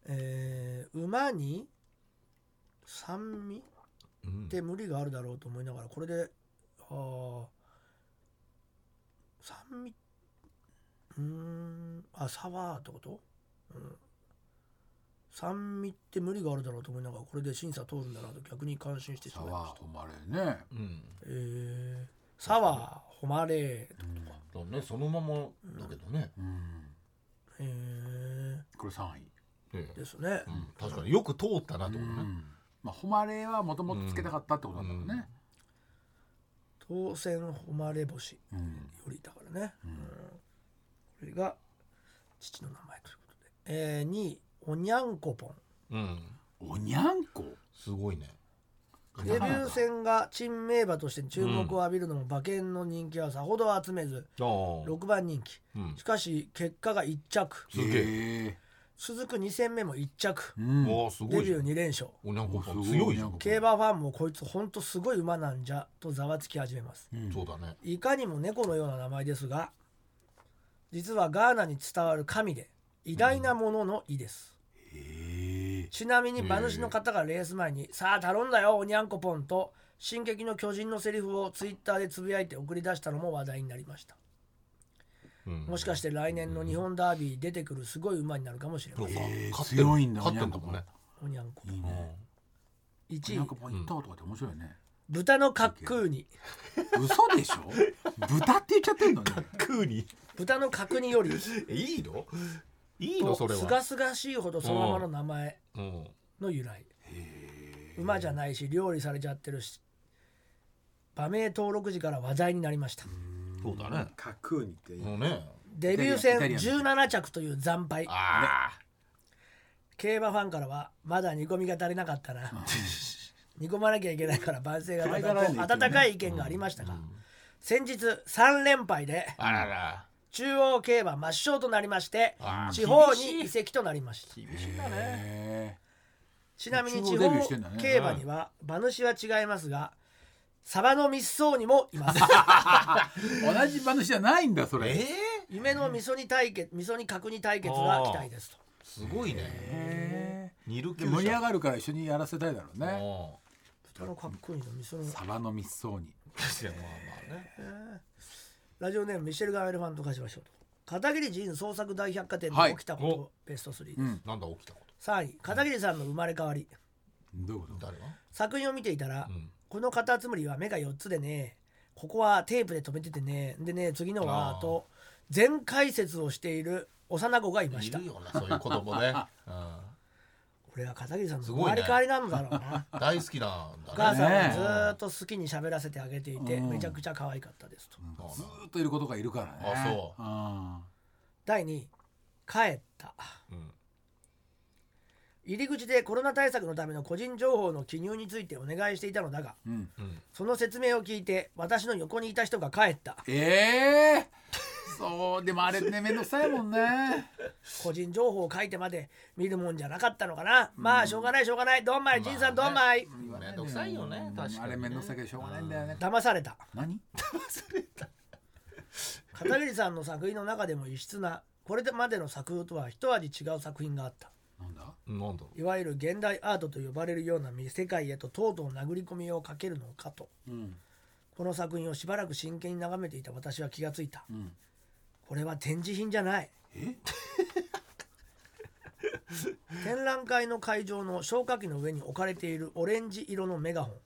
Speaker 3: えー馬に酸味
Speaker 2: あうん
Speaker 3: って無理があるだろうと思いながらこれであー酸味うーんあサワーってこと、うん、酸味って無理があるだろうと思いながらこれで審査通るんだなと逆に感心してし
Speaker 4: サ
Speaker 3: まいま
Speaker 4: ワ
Speaker 3: した
Speaker 4: ー誉れね
Speaker 2: うん
Speaker 3: えーサワー誉れ
Speaker 2: だねそのままだけどね、
Speaker 4: うん
Speaker 3: えー
Speaker 4: これ3位
Speaker 2: ええ
Speaker 3: ですね
Speaker 2: うん確かによく通ったなと思うね、
Speaker 4: まあ誉れはもともとつけたかったってことなんだろうね
Speaker 3: 当選誉れ星よ
Speaker 4: うん
Speaker 3: りだからね、うんこれが父の名前ということで、えー、2位おにゃんこぽん
Speaker 2: うん
Speaker 4: おにゃんこ
Speaker 2: すごいね
Speaker 3: デビュー戦が珍名馬として注目を浴びるのも馬券の人気はさほど集めず
Speaker 2: ああ
Speaker 3: 6番人気
Speaker 2: うん
Speaker 3: しかし結果が1着
Speaker 2: すげ
Speaker 4: え
Speaker 3: 続く2戦目も1着
Speaker 4: うん
Speaker 2: おーす
Speaker 3: デ
Speaker 2: ごい
Speaker 3: ビ
Speaker 2: じゃ
Speaker 3: ュー
Speaker 2: ん
Speaker 3: 2連勝
Speaker 2: おにゃんこさん
Speaker 4: おすごい
Speaker 2: 強いじゃ
Speaker 4: おにゃんこ
Speaker 2: ん
Speaker 3: 競馬ファンもこいつほんとすごい馬なんじゃとざわつき始めます
Speaker 4: うん
Speaker 2: そうだね
Speaker 3: いかにも猫のような名前ですが実はガーナに伝わる神で偉大なものの意です、
Speaker 4: へえ
Speaker 3: ちなみに馬主の方がレース前に「さあ頼んだよおにゃんこぽん」と「進撃の巨人」のセリフをツイッターでつぶやいて送り出したのも話題になりました
Speaker 2: うん
Speaker 3: もしかして来年の日本ダービー出てくるすごい馬になるかもしれ
Speaker 2: そ
Speaker 3: ま
Speaker 2: う
Speaker 3: せ
Speaker 2: か
Speaker 3: ん
Speaker 4: えー
Speaker 2: 勝ってる
Speaker 4: 強いんだ
Speaker 2: 勝ってんだもんね
Speaker 3: おにゃんこ
Speaker 4: いいねおに
Speaker 3: 1
Speaker 4: ゃん
Speaker 3: 位
Speaker 4: こポイントとかって面白いよね
Speaker 3: 豚のカックーニ
Speaker 4: 嘘でしょ豚って言っちゃってんのね
Speaker 2: クーリ
Speaker 3: 豚の角煮より
Speaker 2: ーいいのいいのそ
Speaker 3: と
Speaker 2: れ
Speaker 3: す
Speaker 2: は
Speaker 3: がすがしいほどそのままの名前
Speaker 2: うん
Speaker 3: の由来馬じゃないし料理されちゃってるし馬名登録時から話題になりました
Speaker 2: そうだね
Speaker 5: 架空にっていい
Speaker 2: もうね
Speaker 3: デビュー戦
Speaker 4: イタリアン
Speaker 3: 17着という惨敗
Speaker 2: ああ
Speaker 3: 競馬ファンからはまだ煮込みが足りなかったな 煮込まなきゃいけないから万世が
Speaker 4: 前からね
Speaker 3: 温かい意見がありましたが先日3連敗で
Speaker 2: あらら
Speaker 3: 中央競馬抹消となりまして
Speaker 2: あー
Speaker 3: 地方に移籍となりました
Speaker 2: 厳しいだね
Speaker 4: へ
Speaker 3: ちなみに地
Speaker 4: 中央デビュ
Speaker 3: 方
Speaker 4: ーしてんだね
Speaker 3: 競馬には馬主は違いますがサバの密葬にもい ます
Speaker 4: ー同じ話じゃないんだそれ
Speaker 2: え
Speaker 3: 夢の味噌煮対決味噌煮角煮対決が期待ですと
Speaker 2: ーすごいね
Speaker 4: へ
Speaker 2: 煮る
Speaker 4: ーで盛り上
Speaker 2: が
Speaker 4: がるから一緒にやらせたいだろうね
Speaker 3: 豚のかっこいいの味噌の
Speaker 4: サバの密葬に
Speaker 2: 確かにまあまあね
Speaker 3: ラジオネームミシェル・ガンエルファント化しましょうと片桐仁創作大百貨店
Speaker 4: は
Speaker 3: で
Speaker 4: い
Speaker 3: 起きたこと、
Speaker 2: お
Speaker 3: ベスト3です、
Speaker 4: うん
Speaker 2: なんだ起きたこと
Speaker 3: 3位片桐さんの生まれ変わり
Speaker 4: どういうこと
Speaker 2: 誰が
Speaker 3: 作品を見ていたら、
Speaker 2: うん
Speaker 3: このカタツムリは目が4つでねここはテープで止めててねでね次の
Speaker 2: あ
Speaker 3: は
Speaker 2: ー
Speaker 3: と全解説をしている幼子がいま
Speaker 2: い
Speaker 3: した
Speaker 2: るよなそういう子供 ねうん
Speaker 3: これは片桐さんの
Speaker 2: す
Speaker 3: 生
Speaker 2: ごいね
Speaker 3: まれ変わりなんだろうな
Speaker 2: 大好きなん だ
Speaker 3: お 母
Speaker 2: ね
Speaker 3: さんはずーっと好きに喋らせてあげていて、
Speaker 4: うん
Speaker 3: めちゃくちゃ可愛かったですと、
Speaker 4: ずーっといることがいるからね
Speaker 2: あそう
Speaker 4: う
Speaker 3: 第2位帰った
Speaker 2: うん
Speaker 3: 入り口でコロナ対策のための個人情報の記入についてお願いしていたのだが
Speaker 4: ん、うん、
Speaker 2: うん
Speaker 3: その説明を聞いて私の横にいた人が帰った
Speaker 4: ええー、そうでもあれねめんどくさいもんね
Speaker 3: 個人情報を書いてまで見るもんじゃなかったのかな、まあしょうがないしょうがないどんまい仁さんどんまい、
Speaker 2: めんどくさいよね
Speaker 4: うん
Speaker 2: 確かに
Speaker 4: あれめんどくさいけどしょうがないんだよね
Speaker 3: 騙された
Speaker 4: 何
Speaker 3: 片桐さんの作品の中でも異質なこれまでの作風とは一味違う作品があった
Speaker 4: なんだ
Speaker 2: なんだろ
Speaker 3: いわゆる現代アートと呼ばれるような見世界へととうとう殴り込みをかけるのかと
Speaker 4: うん
Speaker 3: この作品をしばらく真剣に眺めていた私は気がついた
Speaker 4: うん
Speaker 3: これは展示品じゃない
Speaker 4: え
Speaker 3: 展覧会の会場の消火器の上に置かれているオレンジ色のメガホン
Speaker 2: う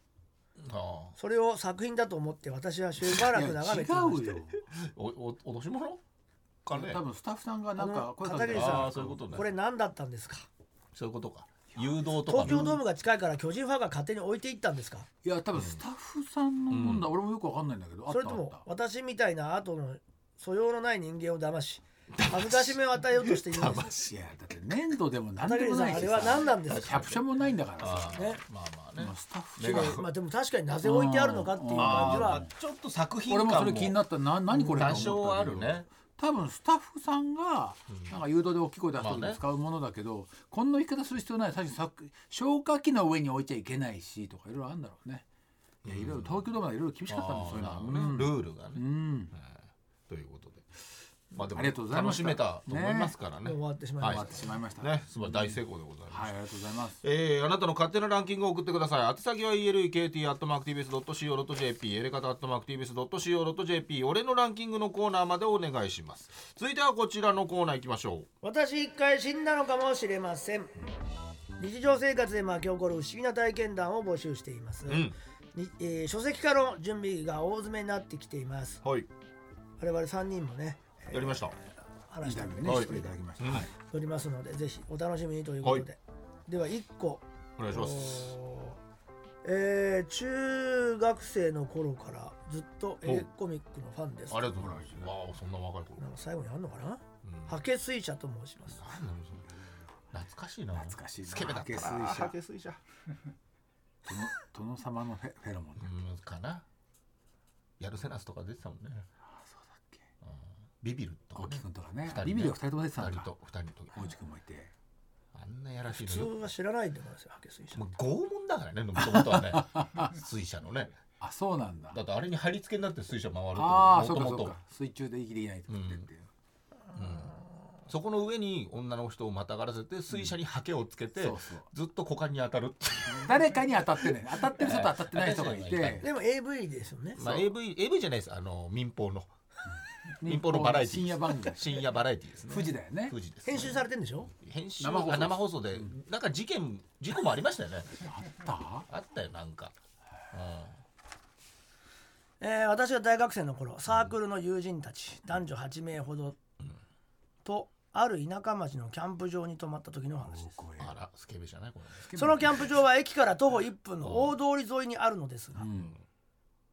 Speaker 2: あ
Speaker 3: それを作品だと思って私はしばらく眺めていました
Speaker 4: いや違う
Speaker 2: あ
Speaker 4: よ
Speaker 2: おお脅し者かね
Speaker 4: 多分スタッフさんがなん
Speaker 3: あの
Speaker 4: か声か
Speaker 3: 片
Speaker 4: けて
Speaker 3: 桐さん
Speaker 2: ああそういうことね
Speaker 3: これ何だったんですか
Speaker 2: そういうことか誘導とか
Speaker 3: 東京ドームが近いから巨人ファンが勝手に置いていったんですか
Speaker 4: いや多分スタッフさんのもんだ、俺もよくわかんないんだけどあっ
Speaker 3: そ
Speaker 4: たあ
Speaker 3: れ
Speaker 4: っ
Speaker 3: と
Speaker 4: た
Speaker 3: も私みたいな後の素養のない人間を騙し恥ずかしめを与えようとしているんです
Speaker 4: いやだって粘土でも何
Speaker 3: 片
Speaker 4: で
Speaker 3: 桐
Speaker 4: も
Speaker 3: さ
Speaker 4: ない
Speaker 3: んあ
Speaker 4: しさ
Speaker 3: れは何なんです
Speaker 4: キャ
Speaker 3: か
Speaker 4: プションもないんだからさ
Speaker 2: ああ
Speaker 3: ね
Speaker 2: まあまあ
Speaker 4: ま
Speaker 2: ね
Speaker 4: あスタッフ
Speaker 2: メガ
Speaker 3: まあでも確かになぜ置いてあるのかっていう感じ
Speaker 2: あ
Speaker 3: は
Speaker 2: ーちょっと作品
Speaker 4: 俺
Speaker 2: 感
Speaker 4: も
Speaker 2: も
Speaker 4: それ気になったな何これ
Speaker 2: 多少ある
Speaker 4: と思ったんだ
Speaker 2: ね
Speaker 4: けど多分スタッフさんがなんか誘導で大きい声出す時
Speaker 2: まあ
Speaker 4: に
Speaker 2: ね
Speaker 4: 使うものだけど、こんな言い方する必要ない最初さ消火器の上に置いちゃいけないしとかいろいろあるんだろうねいやいろいろ東京ドームはいろいろ厳しかったんですそういうのは
Speaker 2: あーなるほどねルールが
Speaker 4: う
Speaker 2: ね
Speaker 4: ん
Speaker 2: ということでまあでも
Speaker 4: ありがとうございま
Speaker 2: 楽
Speaker 4: した
Speaker 2: しめたと思いますから
Speaker 3: も
Speaker 2: ね
Speaker 3: う終わってしまいました、
Speaker 4: 終わってしまいました。
Speaker 2: ねすごい大成功でございます、
Speaker 4: はい、ありがとうございます。
Speaker 2: えー、あなたの勝手なランキングを送ってください。宛先は elekt.tbs.co.jp、エレカタ .tbs.co.jp、俺のランキングのコーナーまでお願いします。続いてはこちらのコーナー行きましょ
Speaker 3: 私一回死んだのかもしれません日常生活で巻き起こる不思議な体験談を募集しています、
Speaker 2: う。うん。
Speaker 3: にえー書籍化の準備が大詰めになってきています
Speaker 2: はい。
Speaker 3: 我々3人もねえー
Speaker 2: やりました。
Speaker 3: 話
Speaker 4: イン
Speaker 3: した
Speaker 4: タ
Speaker 3: ん
Speaker 4: ビュ
Speaker 3: でね
Speaker 4: ーね、
Speaker 2: はい
Speaker 4: していただきました。
Speaker 2: うん
Speaker 4: はい。
Speaker 3: 撮りますのでぜひお楽しみにということで、
Speaker 2: は
Speaker 3: では1個
Speaker 2: お願いします。
Speaker 3: おーえー中学生の頃からずっとエレコミックのファンです
Speaker 2: ありがとうございます。わあ、そんな若い頃。
Speaker 3: なんか最後にあんのかな
Speaker 2: うん、
Speaker 3: ハケ水車と申します
Speaker 2: なんだろうそれ懐かしいな。
Speaker 4: 懐かしいな
Speaker 2: スケベだったな。
Speaker 4: ハケ
Speaker 2: 水車。
Speaker 4: 殿殿様のフェフェロモンね。
Speaker 2: うん、かな。やるせなすとか出てたもんね。
Speaker 4: あそうだっけ。
Speaker 2: ビビるとか、
Speaker 4: 大木
Speaker 2: ね。
Speaker 4: くんとかね
Speaker 2: 二人。ね
Speaker 4: リビルが二人とも出てた
Speaker 2: 二
Speaker 4: ん
Speaker 2: 人
Speaker 4: だ。
Speaker 2: と、二人と。
Speaker 4: 大内くんもいて。
Speaker 2: あんなやらしい
Speaker 3: 普通
Speaker 2: のよ。
Speaker 3: は知らないと思いますよハケ水車
Speaker 2: もう拷問だからね、もともとはね。 水車のね。
Speaker 4: あ、そうなんだ
Speaker 2: だ。ってあれに貼り付けになって水車回るって
Speaker 4: ああ、そう
Speaker 2: とも
Speaker 4: かそう
Speaker 2: と
Speaker 4: か。水中で息できないとかってっていう。
Speaker 2: そこの上に女の人をまたがらせて水車にハケをつけて、
Speaker 4: そうそう
Speaker 2: ずっと股間に当たるってい
Speaker 4: 誰かに当たってね、当たってる人と当たってない人がい
Speaker 2: 当たって
Speaker 4: て。
Speaker 3: でも AV ですよね
Speaker 2: う。まあ AV、AV じゃないです。あの、民放の民
Speaker 4: 民
Speaker 2: 放
Speaker 4: 放
Speaker 2: の
Speaker 4: の
Speaker 2: バラエティー
Speaker 4: 深夜番組。
Speaker 2: 深夜バラエティーですね。
Speaker 4: 富士だよね
Speaker 2: 富士です、
Speaker 3: 編集されてんでしょ
Speaker 2: 編集
Speaker 4: 生放送
Speaker 2: あ生放送で、なんか事件、事故もありましたよね。
Speaker 4: あった。
Speaker 2: あったよ、なんか。
Speaker 3: えー私が大学生の頃サークルの友人たち男女8名ほどとある田舎町のキャンプ場に泊まった時の話です
Speaker 4: こ
Speaker 2: う
Speaker 4: れ
Speaker 2: ん。あら、スケベじゃないこ
Speaker 3: そのキャンプ場は駅から徒歩1分の大通り沿いにあるのですが
Speaker 4: うん。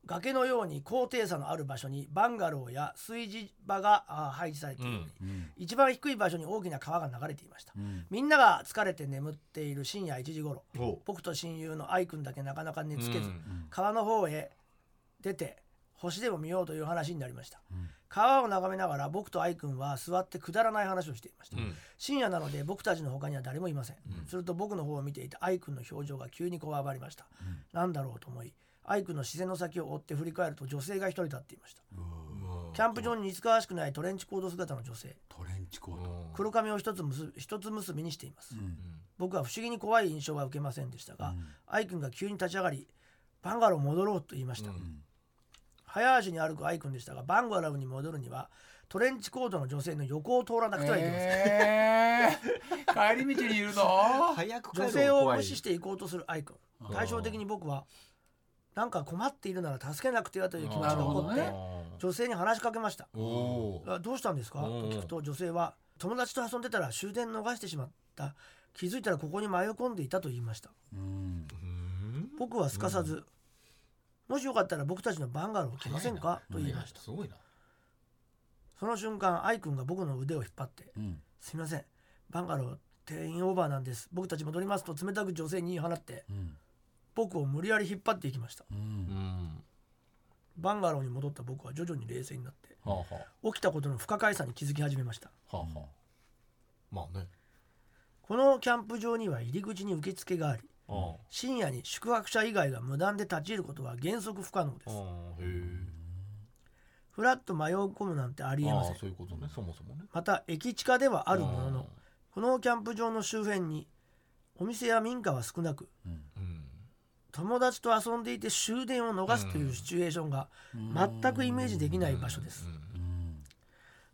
Speaker 3: 崖のように高低差のある場所にバンガローや炊事場があー配置されて
Speaker 2: れ。う
Speaker 3: いる
Speaker 2: ん。
Speaker 4: うん。
Speaker 3: 一番低い場所に大きな川が流れていました
Speaker 4: うん。
Speaker 3: みんなが疲れて眠っている深夜1時頃
Speaker 2: おう
Speaker 3: 僕と親友の愛くんだけなかなか寝つけ
Speaker 2: う
Speaker 3: ず、
Speaker 2: ん
Speaker 3: 川の方へ出て星でも見ようという話になりました、
Speaker 4: ん
Speaker 3: 川を眺めながら僕と愛くんは座ってくだらない話をしていました、
Speaker 2: うん
Speaker 3: 深夜なので僕たちの他には誰もいません、すると僕の方を見ていた愛くんの表情が急にこわばりました、なんだろうと思い愛くんの視線の先を追って振り返ると女性が一人立っていましたキャンプ場に似つかわしくないトレンチコード姿の女性
Speaker 4: トレンチコート。
Speaker 3: 黒髪を一つ結び一つ結びにしています、
Speaker 4: うん。
Speaker 3: 僕は不思議に怖い印象は受けませんでしたが、愛くんが急に立ち上がりバンガロー戻ろうと言いました、早足に歩く愛くんでしたがバンガローに戻るにはトレンチコートの女性の横を通らなくてはいけません、
Speaker 4: えー、帰り道にいるの
Speaker 2: 早く帰ろう
Speaker 3: 女性を
Speaker 2: 怖い
Speaker 3: 無視していこうとする愛くん対照的に僕はなんか困っているなら助けなくてはという気持ちが
Speaker 4: なる
Speaker 3: 起
Speaker 4: ほ
Speaker 3: こ
Speaker 4: ど
Speaker 3: っ
Speaker 4: ね
Speaker 3: て女性に話しかけました
Speaker 2: おおー
Speaker 3: あどうしたんですか
Speaker 2: うん
Speaker 3: と聞くと女性は友達と遊んでたら終電逃してしまった気づいたらここに迷い込んでいたと言いました
Speaker 4: うん。
Speaker 2: うん
Speaker 3: 僕はすかさず、もしよかったら僕たちのバンガロー来ませんかと言いました、
Speaker 2: すごいな
Speaker 3: その瞬間愛くんが僕の腕を引っ張って
Speaker 4: うん。
Speaker 3: 「すいませんバンガロー定員オーバーなんです僕たち戻ります」と冷たく女性に言い放って
Speaker 4: うん。
Speaker 3: 僕を無理やり引っ張っていきました
Speaker 4: うん。
Speaker 2: うん
Speaker 3: バンガローに戻った僕は徐々に冷静になって
Speaker 2: はあは
Speaker 3: 起きたことの不可解さに気づき始めました
Speaker 2: あはあはあまあね
Speaker 3: このキャンプ場には入り口に受付があり
Speaker 2: ああ
Speaker 3: 深夜に宿泊者以外が無断で立ち入ることは原則不可能で
Speaker 2: あ
Speaker 3: す
Speaker 2: あへえ
Speaker 3: ふらっと迷い込むなんてありえま
Speaker 2: あ
Speaker 3: せ
Speaker 2: あ
Speaker 3: ん
Speaker 2: そういうことねそもそもね
Speaker 3: また駅地下ではあるものの
Speaker 2: あ
Speaker 3: このキャンプ場の周辺にお店や民家は少なく
Speaker 2: あうん
Speaker 3: 友達と遊んでいて終電を逃すというシチュエーションが全くイメージできない場所です
Speaker 4: うん。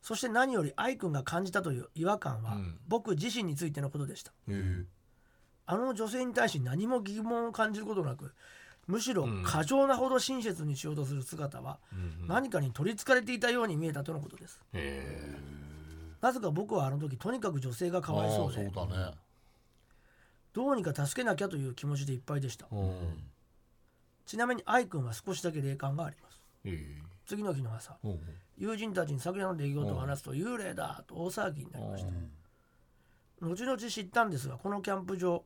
Speaker 3: そして何より愛くんが感じたという違和感は
Speaker 2: うん
Speaker 3: 僕自身についてのことでした
Speaker 2: へえ
Speaker 3: あの女性に対し何も疑問を感じることなくむしろ過剰なほど親切にしようとする姿は
Speaker 2: うんへ
Speaker 3: 何かに取りつかれていたように見えたとのことです
Speaker 2: え
Speaker 3: なぜか僕はあの時とにかく女性がかわいそう
Speaker 2: あ
Speaker 3: で
Speaker 2: あそうだね
Speaker 3: どうにか助けなきゃという気持ちでいっぱいでした
Speaker 2: うん
Speaker 3: ちなみに愛くんは少しだけ霊感があります
Speaker 2: へえ
Speaker 3: 次の日の朝
Speaker 2: おう
Speaker 3: 友人たちに昨夜の出来事を話すと幽霊だと大騒ぎになりました後々知ったんですがこのキャンプ場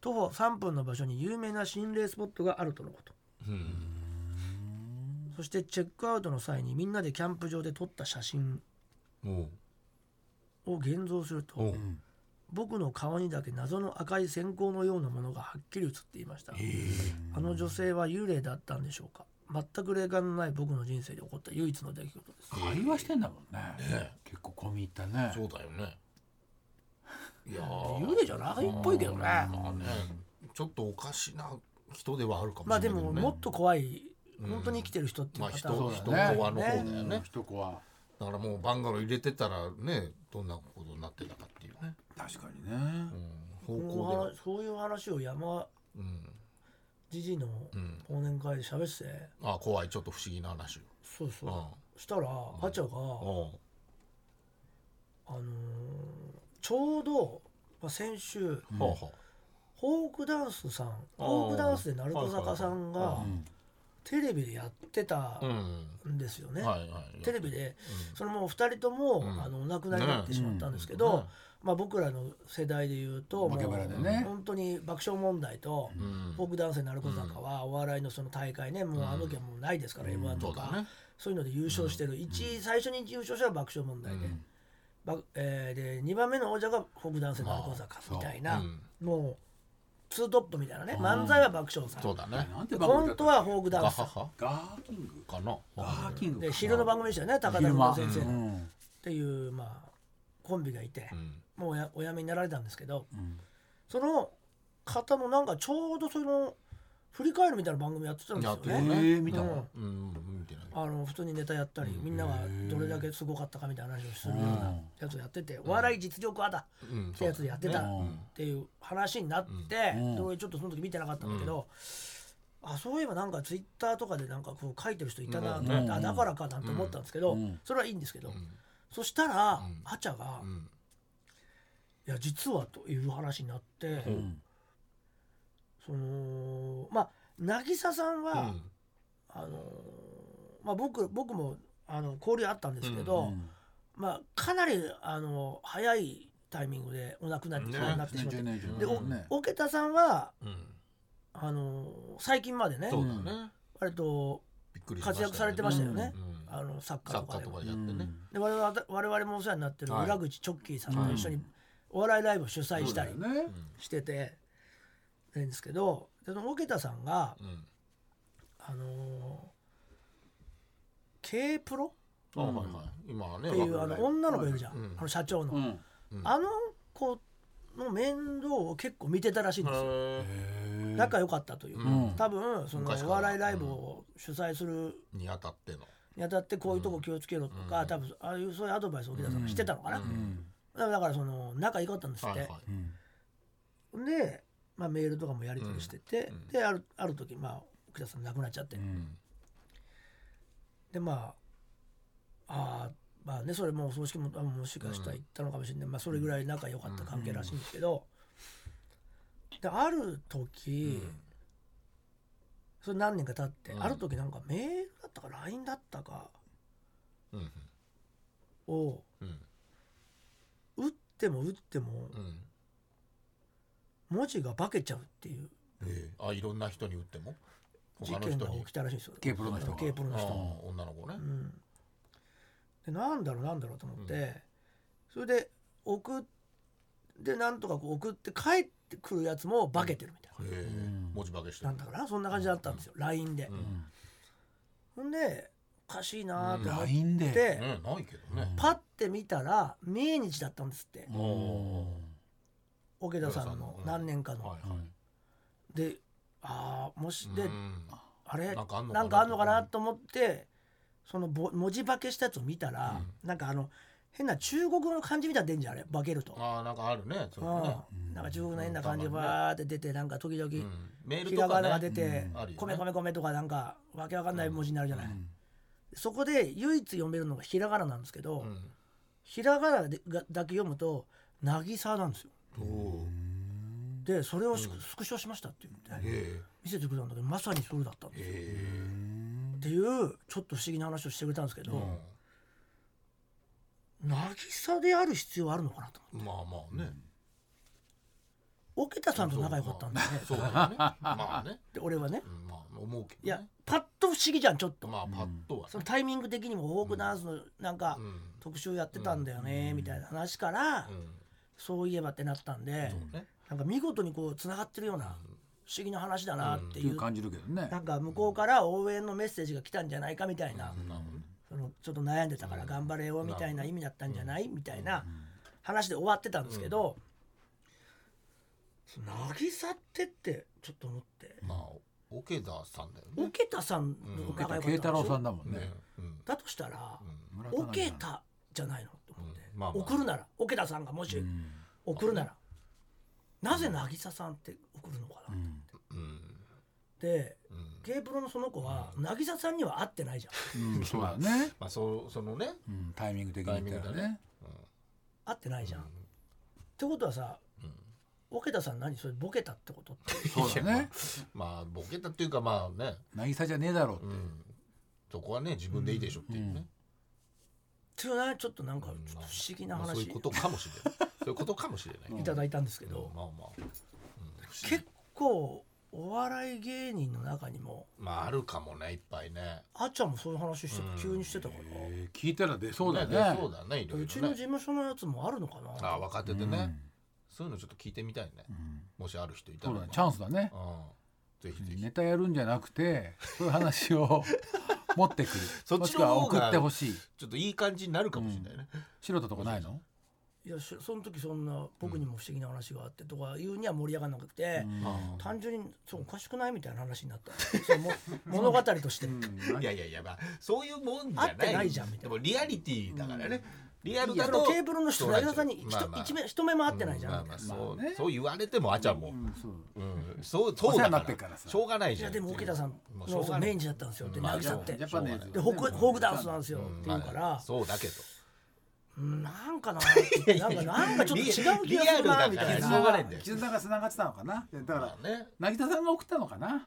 Speaker 3: 徒歩3分の場所に有名な心霊スポットがあるとのこと
Speaker 2: うん
Speaker 3: そしてチェックアウトの際にみんなでキャンプ場で撮った写真
Speaker 2: おう
Speaker 3: を現像する
Speaker 2: お
Speaker 3: と
Speaker 2: う
Speaker 3: 僕の顔にだけ謎の赤い閃光のようなものがはっきり写っていましたあの女性は幽霊だったんでしょうか全く霊感のない僕の人生で起こった唯一の出来事です
Speaker 4: 会話してんだもんね、
Speaker 2: ね
Speaker 4: 結構込み入ったね
Speaker 2: そうだよねいやー
Speaker 3: 幽霊じゃないっぽいけどね
Speaker 4: まあね
Speaker 2: ちょっとおかしな人ではあるかも
Speaker 3: まあ
Speaker 2: しれ
Speaker 3: で
Speaker 2: ないけど
Speaker 3: も
Speaker 2: ね
Speaker 3: もっと怖い
Speaker 2: うん
Speaker 3: 本当に生きてる人っていう
Speaker 2: まあ
Speaker 3: パタ
Speaker 2: 人
Speaker 3: ーン
Speaker 2: 人
Speaker 4: そう
Speaker 2: 人
Speaker 4: だね
Speaker 2: 怖の方だよ
Speaker 4: う
Speaker 2: ね
Speaker 4: ん一子は
Speaker 2: だからもうバンガロー入れてたらねどんなことになってたかっていうね、
Speaker 4: 確かにね
Speaker 2: う
Speaker 3: こ
Speaker 2: ん、方
Speaker 3: の
Speaker 2: 向では
Speaker 3: 話そういう話を山
Speaker 2: うん、
Speaker 3: じじいの
Speaker 2: うん、
Speaker 3: 忘年会で喋ってて
Speaker 2: ああ怖いちょっと不思議な話
Speaker 3: そうそううしたらパチャが
Speaker 2: ん
Speaker 3: あのーちょうどまあ先週
Speaker 2: うんはあは
Speaker 3: フォークダンスさんフォークダンスで鳴門坂さん
Speaker 2: はいはい
Speaker 3: が
Speaker 2: は
Speaker 4: うん
Speaker 3: テレビでやってた
Speaker 2: あうん
Speaker 3: んですよね。
Speaker 2: はいはい
Speaker 3: テレビで
Speaker 2: うん
Speaker 3: それもう2人とも、
Speaker 2: うん
Speaker 3: あのお亡くなりになってしまったんですけど、まあ、僕らの世代でいうと、
Speaker 4: バケ
Speaker 3: も
Speaker 4: バラで
Speaker 3: う
Speaker 4: ね
Speaker 3: 本当に爆笑問題と
Speaker 2: うんうん
Speaker 3: フォークダンスになるこ坂はお笑いのその大会ねもうあの時はもうないですから、
Speaker 4: うん
Speaker 3: m
Speaker 2: そ
Speaker 3: 1と
Speaker 2: うだ
Speaker 3: か
Speaker 2: ね
Speaker 3: そういうので優勝してる1位最初に優勝したのは爆笑問題で,
Speaker 2: うん
Speaker 3: ば、えーで2番目の王者がフォークダンスになるこ坂みたいな、
Speaker 2: うん
Speaker 3: もうツートップみたいなね漫才は爆笑さん
Speaker 2: そうだね
Speaker 4: なんて番組
Speaker 3: コン
Speaker 4: だった
Speaker 3: トはフォークダ
Speaker 2: ガ
Speaker 3: ンス
Speaker 2: ハハ
Speaker 4: ガーキング
Speaker 2: かな
Speaker 4: ガーキングか
Speaker 3: で昼の番組でしたよね高田
Speaker 4: 昼
Speaker 3: 文
Speaker 4: 間
Speaker 3: 夫先生
Speaker 4: う
Speaker 3: のっ
Speaker 4: ん
Speaker 3: ていう、まあ、コンビがいて。
Speaker 2: うん
Speaker 3: もうやお辞めになられたんですけど
Speaker 4: うん
Speaker 3: その方のなんかちょうどその振り返るみたいな番組やってたんですよ
Speaker 2: やってる
Speaker 3: ね。
Speaker 2: ね
Speaker 4: えー見た
Speaker 3: うん
Speaker 4: の
Speaker 2: うん見てない
Speaker 3: あの普通にネタやったりみんながどれだけすごかったかみたいな話をするようなやつをやっててお笑い実力派だ
Speaker 2: うん
Speaker 3: ってやつでやってた
Speaker 2: う
Speaker 3: っ
Speaker 2: ん
Speaker 3: ていう話になって
Speaker 4: うん
Speaker 3: で俺ちょっとその時見てなかったんだけどあそういえばなんかツイッターとかでなんかこう書いてる人いたなと思って
Speaker 4: うん
Speaker 3: あだからかなんて思ったんですけ
Speaker 4: う
Speaker 3: ど
Speaker 4: ん
Speaker 3: それはいいんですけ
Speaker 2: う
Speaker 3: ど
Speaker 2: ん
Speaker 3: そしたら
Speaker 2: うん
Speaker 3: ハチャが
Speaker 2: うん
Speaker 3: 「いや実は」という話になって
Speaker 2: う
Speaker 4: うんん
Speaker 3: そのまあ渚さんは、
Speaker 2: うん
Speaker 3: あのまあ、僕僕もあの交流あったんですけど、
Speaker 4: うん
Speaker 3: まあ、かなりあの早いタイミングでお亡くなりに
Speaker 2: ね
Speaker 3: なってしまって、
Speaker 4: 30年以上
Speaker 3: で
Speaker 4: だ
Speaker 3: お
Speaker 4: もんね
Speaker 3: 桶田さんは
Speaker 2: うん
Speaker 3: あの最近までね
Speaker 2: そうだね
Speaker 3: 割と
Speaker 2: びっくりしました
Speaker 3: 活躍されてましたよね
Speaker 2: う、ん
Speaker 3: あのサッカ
Speaker 2: サ
Speaker 3: ーと
Speaker 2: ッカ
Speaker 3: か
Speaker 2: ー
Speaker 3: で
Speaker 2: と
Speaker 3: も
Speaker 2: かでやってね
Speaker 3: で我々我々もお世話になってる
Speaker 2: はい
Speaker 3: 裏口チョッキーさんと一緒にお笑いライブを主催したり
Speaker 4: そうだよ
Speaker 2: う
Speaker 4: ね
Speaker 2: ん
Speaker 3: してて、なんですけどでその桶田さんが、
Speaker 2: うん
Speaker 3: あのー、K プロ
Speaker 2: あはいはい今はね
Speaker 3: っていうあの女の子いるじゃん、
Speaker 2: うん
Speaker 3: あの社長の、
Speaker 4: う
Speaker 2: う
Speaker 4: ん
Speaker 2: ん
Speaker 3: あの子の面倒を結構見てたらしいんですよ
Speaker 2: へえ
Speaker 4: へー
Speaker 3: 仲良かったという、
Speaker 2: うん
Speaker 3: 多分その
Speaker 2: 昔から
Speaker 3: お笑いライブを主催する
Speaker 2: に当たっての
Speaker 3: にあたってこういうとこ気をつけろとか、
Speaker 2: うん
Speaker 3: 多分ああいうそういうアドバイスを受けたのしてたのかな、
Speaker 2: う
Speaker 4: うんん
Speaker 3: だからその仲良かったんですっ
Speaker 2: はい
Speaker 3: て、
Speaker 2: はい
Speaker 4: うん
Speaker 3: で、まあ、メールとかもやり取りして
Speaker 2: う
Speaker 3: て、
Speaker 2: んうん
Speaker 3: であるある時まあ奥田さん亡くなっちゃって、
Speaker 4: うん
Speaker 3: でまああーまあねそれもう葬式もあもしかしたら行ったのかもしれない、まあ、それぐらい仲良かった関係らしいんですけど、である時、それ何年か経って、
Speaker 2: うん
Speaker 3: ある時なんかメールだったか LINE だったか
Speaker 2: うんうん
Speaker 3: を
Speaker 2: うん
Speaker 3: 打っても打っても
Speaker 2: うん
Speaker 3: 文字が化けちゃうっていう
Speaker 2: ええあいろんな人に打っても
Speaker 3: 事
Speaker 2: 他の
Speaker 3: 件
Speaker 2: 人
Speaker 3: が
Speaker 2: に
Speaker 3: 起きたらしいんですよ。
Speaker 4: K プロの人が
Speaker 3: K プロの
Speaker 2: あ
Speaker 3: 人も
Speaker 2: あ女の子ね
Speaker 3: うん、でなんだろうなんだろうと思って、それで送ってなんとかこう送って帰ってくるやつも化けてるみたい
Speaker 2: へえ
Speaker 4: うん
Speaker 2: 文字化けして
Speaker 3: な、
Speaker 2: る
Speaker 3: なんだかなそんな感じだったんですよ、LINE で、
Speaker 2: うん
Speaker 3: ほんでおかしいなーって思っ
Speaker 4: LINE で
Speaker 3: て、
Speaker 2: ねないけどね
Speaker 3: パッて見たら命日だったんですって
Speaker 4: うん
Speaker 3: 桶田さんの
Speaker 2: うん
Speaker 3: 何年かの、
Speaker 2: はい
Speaker 4: は
Speaker 2: はい
Speaker 3: でああもしで、
Speaker 2: うん
Speaker 3: あれ
Speaker 2: なんかあんのかな
Speaker 3: なんかあんのかなと思ってそのぼ文字化けしたやつを見たら、なんかあの変な中国語の漢字みたいなの出んじゃんあれ化けると。
Speaker 2: ああなんかあるねそういうのね
Speaker 3: うん、なんか中国の変な感じ
Speaker 2: う
Speaker 3: で
Speaker 2: ん
Speaker 3: バーって出てなんか時々
Speaker 2: う
Speaker 3: ひ
Speaker 2: んメールと
Speaker 3: ら
Speaker 2: か
Speaker 3: がな
Speaker 2: ね
Speaker 3: が出て
Speaker 2: うんある
Speaker 3: 「
Speaker 2: よ
Speaker 3: 米
Speaker 2: ね
Speaker 3: 米米」とかなんかわけわかんない文字になるじゃない、
Speaker 4: ん
Speaker 3: そこで唯一読めるのがひらがななんですけど、
Speaker 2: うん
Speaker 3: ひらがなでがだけ読むと「渚」なんですよ
Speaker 2: そう
Speaker 3: でそれをスク,、ショしましたって言って
Speaker 2: へ
Speaker 3: 見せてくれたんだけどまさにそれだったんです
Speaker 2: え
Speaker 3: よ
Speaker 2: へえ
Speaker 3: っていうちょっと不思議な話をしてくれたんですけど渚である必要あるのかなと思って
Speaker 2: まあまあね
Speaker 3: 桶田さんと仲良かったんだよね
Speaker 2: そうだよねまあね
Speaker 3: で俺はね
Speaker 2: うんまあ思うけどね
Speaker 3: いやパッと不思議じゃんちょっと
Speaker 2: まあパッとは
Speaker 3: そのタイミング的にもフォークダンスのなんか
Speaker 2: うん
Speaker 3: 特集やってたんだよねみたいな話から
Speaker 2: うん
Speaker 3: そういえばってなったんで
Speaker 2: そうね
Speaker 3: なんか見事にこうつながってるような不思議な話だなって
Speaker 4: て
Speaker 3: い
Speaker 4: いうう感じるけどね
Speaker 3: なんか向こうから応援のメッセージが来たんじゃないかみたい
Speaker 2: な
Speaker 3: な、
Speaker 2: るほどね
Speaker 3: そのちょっと悩んでたから頑張れよみたいな意味だったんじゃないみたいな話で終わってたんですけど、渚ってってちょっと思って
Speaker 2: まあ桶田さんだよね。
Speaker 3: 桶田さんの仲良
Speaker 4: 慶
Speaker 3: かったでしょ
Speaker 4: 太郎さんだもんね
Speaker 2: ね、うん
Speaker 3: だとしたら
Speaker 2: うん
Speaker 4: 村田なんじゃない
Speaker 3: 桶田じゃないのと思って、
Speaker 2: うんまあまあ
Speaker 3: 送るなら桶田さんがもし
Speaker 4: うん
Speaker 3: 送るなら、なぜ渚さんって送るのかな、
Speaker 4: うん
Speaker 2: うん
Speaker 3: で
Speaker 2: うん。
Speaker 3: ケープロのその子は渚さんには会ってないじゃん
Speaker 4: うん、そうだね、
Speaker 2: まあそうそのね。
Speaker 4: うん、タイミング的に言ったらね
Speaker 3: 会ってないじゃん、ってことはさ桶田さん何それボケたってことって
Speaker 4: そうだね
Speaker 2: まあボケたっていうかまあね。
Speaker 4: 渚じゃねえだろうって、
Speaker 2: うん。そこはね自分でいいでしょっていうね。
Speaker 3: っていうなちょっとなんか
Speaker 2: うん
Speaker 3: ちょ
Speaker 2: ま
Speaker 3: っと
Speaker 2: あ
Speaker 3: 不思議な
Speaker 2: まあそうい
Speaker 3: 話
Speaker 2: うことかもしれない。そういうことかもしれない。
Speaker 3: いただいたんですけど、
Speaker 2: まあまあ。うん
Speaker 3: 結構お笑い芸人の中にも
Speaker 2: まああるかもねいっぱいね。
Speaker 3: あっちゃんもそういう話してた、
Speaker 2: うん
Speaker 3: 急にしてたから、
Speaker 4: えー聞いたら出そうだよね
Speaker 2: でそうだね。いろいろね
Speaker 3: うちの事務所のやつもあるのかな
Speaker 2: ああ若手でね、
Speaker 4: うん
Speaker 2: そういうのちょっと聞いてみたいね、
Speaker 4: うん
Speaker 2: もしある人いたら
Speaker 4: そう
Speaker 2: ば
Speaker 4: だねチャンスだね
Speaker 2: うんぜひぜひ、
Speaker 4: ネタやるんじゃなくてそういう話を持ってくる
Speaker 2: そっ
Speaker 4: も
Speaker 2: ち
Speaker 4: し
Speaker 2: の
Speaker 4: く
Speaker 2: 方が
Speaker 4: は送ってほしい
Speaker 2: ちょっといい感じになるかもしれないね、
Speaker 4: 素人とかないの
Speaker 3: いやしその時そんな僕にも不思議な話があってとか言うには盛り上がらなくて、
Speaker 2: うん
Speaker 3: 単純にそうおかしくないみたいな話になったそ うも物語として、
Speaker 2: いやいやいやまあそういうもんじゃない
Speaker 3: 合ってないじゃんみたいな
Speaker 2: でもリアリティだからね、リアル
Speaker 3: いや
Speaker 2: だ
Speaker 3: その
Speaker 2: と
Speaker 3: ケーブルの人
Speaker 2: そうなっちゃ
Speaker 3: 渚
Speaker 2: う
Speaker 3: さんに一,、
Speaker 2: まあまあ
Speaker 3: 一目一目も合ってないじゃん、
Speaker 2: まあまあそう,、
Speaker 4: まあね
Speaker 2: そう言われてもあちゃんも、
Speaker 4: うんそう
Speaker 2: うんそうそう
Speaker 4: お世
Speaker 2: だか
Speaker 4: 話にな
Speaker 2: ら
Speaker 4: ってからさ
Speaker 2: しょうがない
Speaker 3: い
Speaker 2: じゃ
Speaker 3: や
Speaker 2: ん
Speaker 3: でも桶田さん
Speaker 2: もうしょ
Speaker 3: の
Speaker 2: う
Speaker 3: そ
Speaker 2: が
Speaker 3: の
Speaker 2: な
Speaker 3: メイ
Speaker 2: い
Speaker 3: ンだったんですよって
Speaker 2: まあ
Speaker 3: 渚って
Speaker 2: じ
Speaker 4: ジ
Speaker 2: ゃ
Speaker 4: ャパネーズ
Speaker 3: でフォークフォークダンスなんですよ
Speaker 2: うん
Speaker 3: って言うか
Speaker 2: まあ
Speaker 3: ら
Speaker 2: そうだけど
Speaker 3: うんなんかななんかなんかちょっと違う気がするなみたい
Speaker 2: リアルだから
Speaker 3: な
Speaker 2: がないんだよ
Speaker 4: 絆が繋がってたのかなだから
Speaker 2: まあね
Speaker 4: 渚さんが送ったのかな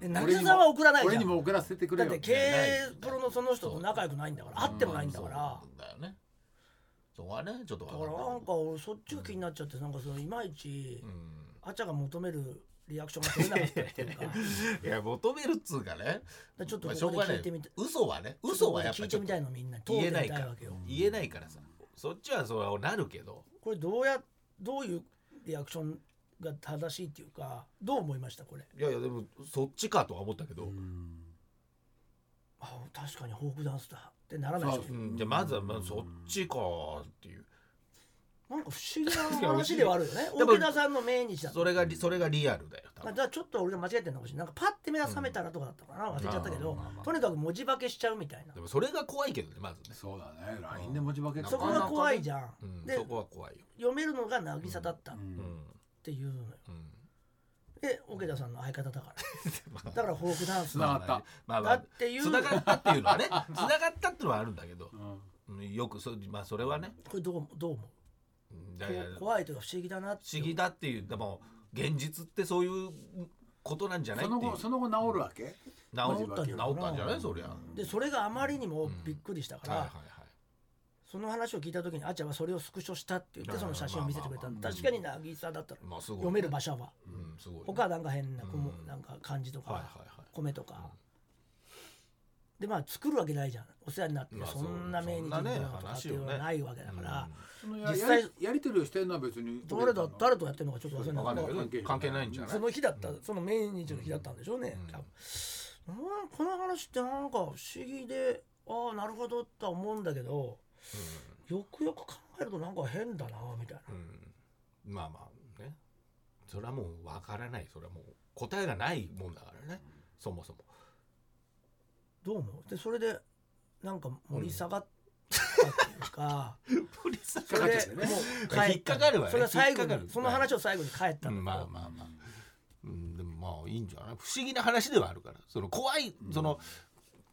Speaker 3: え渚さんは送らないじ
Speaker 4: 俺
Speaker 3: ゃ
Speaker 4: に
Speaker 3: ん
Speaker 4: も送らせてく
Speaker 3: だ
Speaker 4: れ
Speaker 3: っ
Speaker 4: よ
Speaker 3: て
Speaker 4: って
Speaker 3: 経営プロのその人と仲良くないんだから会ってもないんだからだか
Speaker 2: そうだよねそこはねちょっとわ
Speaker 3: ら
Speaker 2: かんない
Speaker 3: なんか俺そっちが気になっちゃってなんかそのいまいち
Speaker 2: うん
Speaker 3: あちゃが求めるリアクションが取れなかったっていう か
Speaker 2: いや求めるっつうかね
Speaker 3: でちょっと
Speaker 2: まあしょ
Speaker 3: こ
Speaker 2: う
Speaker 3: こ
Speaker 2: が
Speaker 3: で
Speaker 2: な
Speaker 3: 聞
Speaker 2: い
Speaker 3: いてみた
Speaker 2: 嘘はね嘘はやっ
Speaker 3: 聞
Speaker 2: ぱ
Speaker 3: い
Speaker 2: ち
Speaker 3: て
Speaker 2: ょっ
Speaker 3: み
Speaker 2: と
Speaker 3: たいのみんな
Speaker 2: 言えない
Speaker 3: 通ってみ
Speaker 2: か
Speaker 3: たい
Speaker 2: ら
Speaker 3: わけよ
Speaker 2: 言えないからさそっちはそうなるけど
Speaker 3: これどうやどういうリアクションが正しいっていうかどう思いましたこれ
Speaker 2: いやいやでもそっちかとは思ったけど、
Speaker 3: あ確かにフォークダンスだってならないでし
Speaker 2: そ
Speaker 3: ょ
Speaker 2: ううんじゃあまずはまあそっちかっていう
Speaker 3: なんか不思議な話ではあるよね
Speaker 2: いや不思議
Speaker 3: 沖田さんの命日だった
Speaker 2: それがそれがリアルだよ多
Speaker 3: まあ、
Speaker 2: 分
Speaker 3: じゃあちょっと俺が間違えてるのかもしれないなんかパッて目が覚めたらとかだったかな忘れちゃったけど
Speaker 2: まあまあまあ
Speaker 3: とにかく文字化けしちゃうみたいな
Speaker 2: でもそれが怖いけどねまずね、
Speaker 4: そうだね LINE で文字化けとか
Speaker 3: そこが怖いじゃん、
Speaker 2: うん、
Speaker 3: で
Speaker 2: そこは怖いよ、
Speaker 3: 読めるのが渚だったっ
Speaker 4: うん
Speaker 2: うん
Speaker 3: ていうのよ
Speaker 2: うん、
Speaker 3: で桶田さんの相方 だからだからフォークダンス
Speaker 4: 繋
Speaker 3: だ
Speaker 4: がった
Speaker 2: まあま
Speaker 3: だ
Speaker 2: あ
Speaker 3: っていう
Speaker 2: つながったっていうのはねつながったっていうのはあるんだけど、うんよくそ,、まあ、それはね
Speaker 3: これどうどう思
Speaker 2: うん
Speaker 3: う
Speaker 2: だから
Speaker 3: こ
Speaker 2: 不
Speaker 3: 怖いというか不思議だなって
Speaker 2: 思議だっていうでも現実ってそういうことなんじゃない
Speaker 4: そ
Speaker 2: ってい
Speaker 4: の
Speaker 2: う
Speaker 4: 後その後治るわ
Speaker 2: 治
Speaker 4: け
Speaker 3: 治ったんじゃない
Speaker 2: 治ったんじゃないそりゃ、
Speaker 3: でそれがあまりにもびっくりしたから、
Speaker 2: はいはいはい
Speaker 3: その話を聞いた時にあちゃんはそれをスクショしたって言ってその写真を見せてくれたの
Speaker 2: まあまあまあ
Speaker 3: 確かに渚だったの
Speaker 2: まあすごい
Speaker 3: 読める場所は
Speaker 2: うんすごいね
Speaker 3: 他はなんか変なこも
Speaker 2: うん
Speaker 3: なんか漢字と
Speaker 2: はい
Speaker 3: か
Speaker 2: はいはい
Speaker 3: 米とかでまあ作るわけないじゃんお世話になって
Speaker 2: まあ
Speaker 3: そんな
Speaker 2: そう
Speaker 3: 命日に
Speaker 2: そんなね
Speaker 3: とかっていうのは
Speaker 2: 話をね
Speaker 3: ないわけだから
Speaker 4: そのや
Speaker 3: 実際
Speaker 4: やりやり取りをしてるのは別に
Speaker 3: 誰だ誰とやってるのかちょっと忘れ
Speaker 2: わかんない
Speaker 3: た
Speaker 2: け
Speaker 3: けど
Speaker 2: ど関係ないんじゃない
Speaker 3: その日だったその命日の日だったんでしょうね
Speaker 2: うん
Speaker 3: 多分うんこの話ってなんか不思議でああなるほどとは思うんだけどよくよく考えるとなんか変だなみたいな
Speaker 2: うん、うんまあまあねそれはもうわからないそれはもう答えがないもんだからねそもそも
Speaker 3: どう思うでそれでなんか盛り下がったっていうか、
Speaker 2: ポリス
Speaker 3: それでもう帰った
Speaker 2: 引っかかるわよね
Speaker 3: それは最後
Speaker 2: 引っかか
Speaker 3: に
Speaker 2: る
Speaker 3: その話を最後に帰った
Speaker 2: うん
Speaker 3: の、
Speaker 2: まあまあまあ、うん、でもまあいいんじゃない不思議な話ではあるからその怖いその、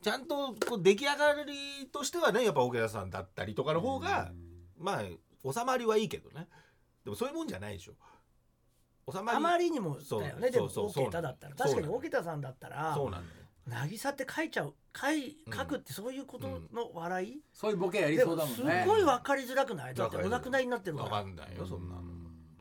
Speaker 2: ちゃんとこう出来上がりとしてはねやっぱ桶田さんだったりとかの方が、まあ収まりはいいけどねでもそういうもんじゃないでしょ収まり
Speaker 3: あまりにも
Speaker 2: そう
Speaker 3: だよねでも
Speaker 2: そうそうそう
Speaker 3: 桶田だったら
Speaker 2: そうな
Speaker 3: 確
Speaker 2: の
Speaker 3: かに桶田さんだったら
Speaker 2: そうなんだよ
Speaker 3: 渚って書いちゃう書い
Speaker 2: うん
Speaker 3: 書くってそういうことの笑い、
Speaker 4: そういうボケやり
Speaker 3: で
Speaker 4: そ
Speaker 3: も
Speaker 4: うだもん
Speaker 3: す
Speaker 4: ね
Speaker 3: っごい分かりづらくないだ
Speaker 2: だ
Speaker 3: って
Speaker 2: から
Speaker 3: お亡くなりになってるか
Speaker 2: わ
Speaker 3: ら
Speaker 2: かんないよそんなの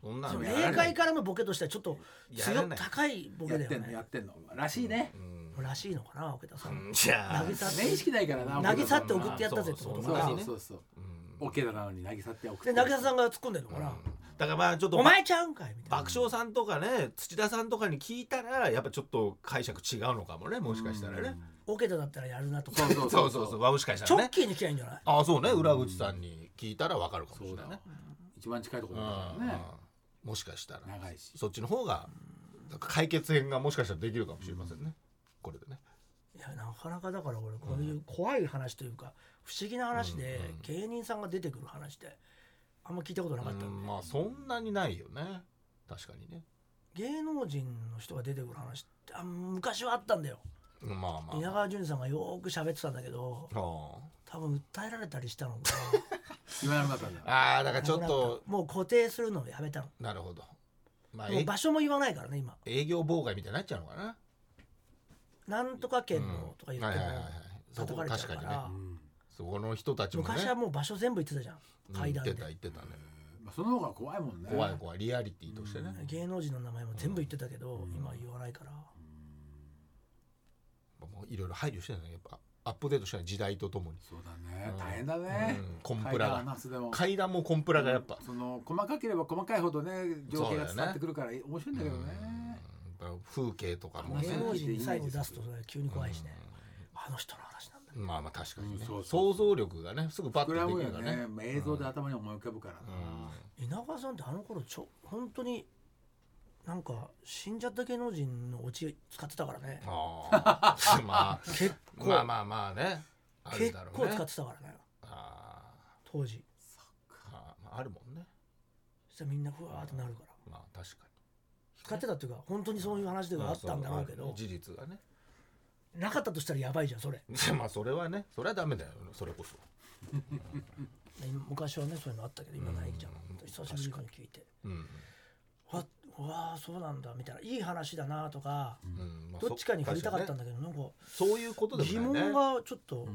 Speaker 2: そんな
Speaker 3: そ
Speaker 2: の
Speaker 3: の
Speaker 2: やら
Speaker 3: 霊
Speaker 2: ない
Speaker 3: 界からのボケとしてはちょっと
Speaker 2: やら
Speaker 3: 強
Speaker 2: ない
Speaker 3: 高いボケ
Speaker 4: やっ
Speaker 3: だよ
Speaker 4: てんのや
Speaker 3: ね
Speaker 4: ってんのらしいね
Speaker 2: うん
Speaker 3: らしいのかな桶田さん
Speaker 2: じゃあ
Speaker 3: 渚って
Speaker 4: 面識ないからな俺
Speaker 3: 渚って送ってやったぜってこと
Speaker 4: そう
Speaker 3: か
Speaker 4: そう
Speaker 2: ね
Speaker 4: そうそう
Speaker 2: うん
Speaker 4: オケだなのに渚って送っ
Speaker 3: で
Speaker 4: て
Speaker 3: 渚さんが突っ込んでるのかな、
Speaker 2: うんだからまあちょっと
Speaker 3: お前ちゃうんかいみたいな
Speaker 2: 爆笑さんとかね土田さんとかに聞いたらやっぱちょっと解釈違うのかもねもしかしたらね
Speaker 3: オケタだったらやるなとか
Speaker 4: そうそう
Speaker 2: そうそうそうまあもしかした
Speaker 3: チョ
Speaker 2: ら
Speaker 3: ッ
Speaker 2: ね
Speaker 3: キーに来ゃいいんじゃない
Speaker 2: ああそうね裏口さんに聞いたらわかるかもし
Speaker 4: そ
Speaker 2: れ
Speaker 4: う
Speaker 2: な
Speaker 4: だ
Speaker 2: い
Speaker 4: ね
Speaker 2: ね
Speaker 4: 一番近いとこ
Speaker 2: う
Speaker 4: ろだからね
Speaker 2: んもしかしたら
Speaker 4: 長いし
Speaker 2: そっちの方がなんか解決編がもしかしたらできるかもしれませんねこれでね
Speaker 3: いやなかなかだから俺こういう怖い話というか不思議な話で芸人さんが出てくる話ってあんま聞いたことなかった
Speaker 2: うんん
Speaker 3: で
Speaker 2: まあそんなにないよね確かにね
Speaker 3: 芸能人の人が出てくる話ってあ昔はあったんだよ
Speaker 2: うんまあまあ
Speaker 3: 稲川淳二さんがよーく喋ってたんだけど
Speaker 2: あ
Speaker 3: 多分訴えられたりしたのが
Speaker 4: 言わなくなったんだ
Speaker 2: ああーだからちょっ
Speaker 3: なくな
Speaker 2: と
Speaker 3: たもう固定するのをやめたの
Speaker 2: なるほどまあ
Speaker 3: もう
Speaker 2: え
Speaker 3: 場所も言わないからね今
Speaker 2: 営業妨害みたいになっちゃうのかな
Speaker 3: なんとか県のとか言っても
Speaker 2: うんはいはいはいはいそ
Speaker 3: 叩
Speaker 2: こ
Speaker 3: かれちゃうか
Speaker 2: 確かにね
Speaker 3: ら
Speaker 4: うん
Speaker 2: そこの人たちもね
Speaker 3: 昔はもう場所全部言ってたじゃん階
Speaker 2: 言っ
Speaker 3: 段で
Speaker 2: てた言ってたね
Speaker 4: まあその方が怖いもんね
Speaker 2: 怖い怖いリアリティとしてね
Speaker 3: 芸能人の名前も全部言ってたけど今言わないから
Speaker 2: もういろいろ配慮してるねやっぱアップデートしたい時代とともに
Speaker 4: そうだね大変だね
Speaker 2: うんコンプラが
Speaker 4: 階段話でも
Speaker 2: 階段もコンプラがやっぱ
Speaker 4: その細かければ細かいほどね情景が伝わってくるから面白いんだけどね
Speaker 2: やっぱ風景とかも
Speaker 4: うん
Speaker 2: ね
Speaker 3: 芸能人に最後出すとそれ急に怖いしねあの人の話なんだ
Speaker 2: まあまあ確かに
Speaker 4: う
Speaker 2: ね
Speaker 4: んそうそ
Speaker 2: 想像力がねすぐバッと
Speaker 4: 膨らむ
Speaker 2: で
Speaker 4: よ
Speaker 2: きるから
Speaker 4: ね
Speaker 2: ね
Speaker 4: まあ映像で頭に思い浮かぶからな
Speaker 3: 稲川さんってあの頃ちょ本当になんか死んじゃった芸能人のオチ使ってたからね
Speaker 2: あ あまあ
Speaker 3: 結構
Speaker 2: まあまあまあねある
Speaker 3: 結
Speaker 2: だろう
Speaker 3: 構
Speaker 2: ね
Speaker 3: 使ってたからね
Speaker 2: あ
Speaker 3: 当時
Speaker 2: ーあーまああるもんね
Speaker 3: そしたらみんなふわーってなるから
Speaker 2: まあ確か
Speaker 3: 使ってたっていうか本当にそういう話で
Speaker 2: に
Speaker 3: はあったんだろうけど
Speaker 2: 事実がね
Speaker 3: なかったとしたらやばいじゃんそれ
Speaker 2: まあそれはね それはダメだよそれこそ
Speaker 3: 今昔はねそういうのあったけど今ないじゃん本当に久しぶりに聞いて
Speaker 2: うん
Speaker 3: わうわーそうなんだみたいないい話だなとか
Speaker 2: うんまあ
Speaker 3: どっちかに振りたかったん
Speaker 2: だ
Speaker 3: だけどなんか
Speaker 2: そういうことで
Speaker 3: 疑
Speaker 2: もないね
Speaker 3: 問がちょっと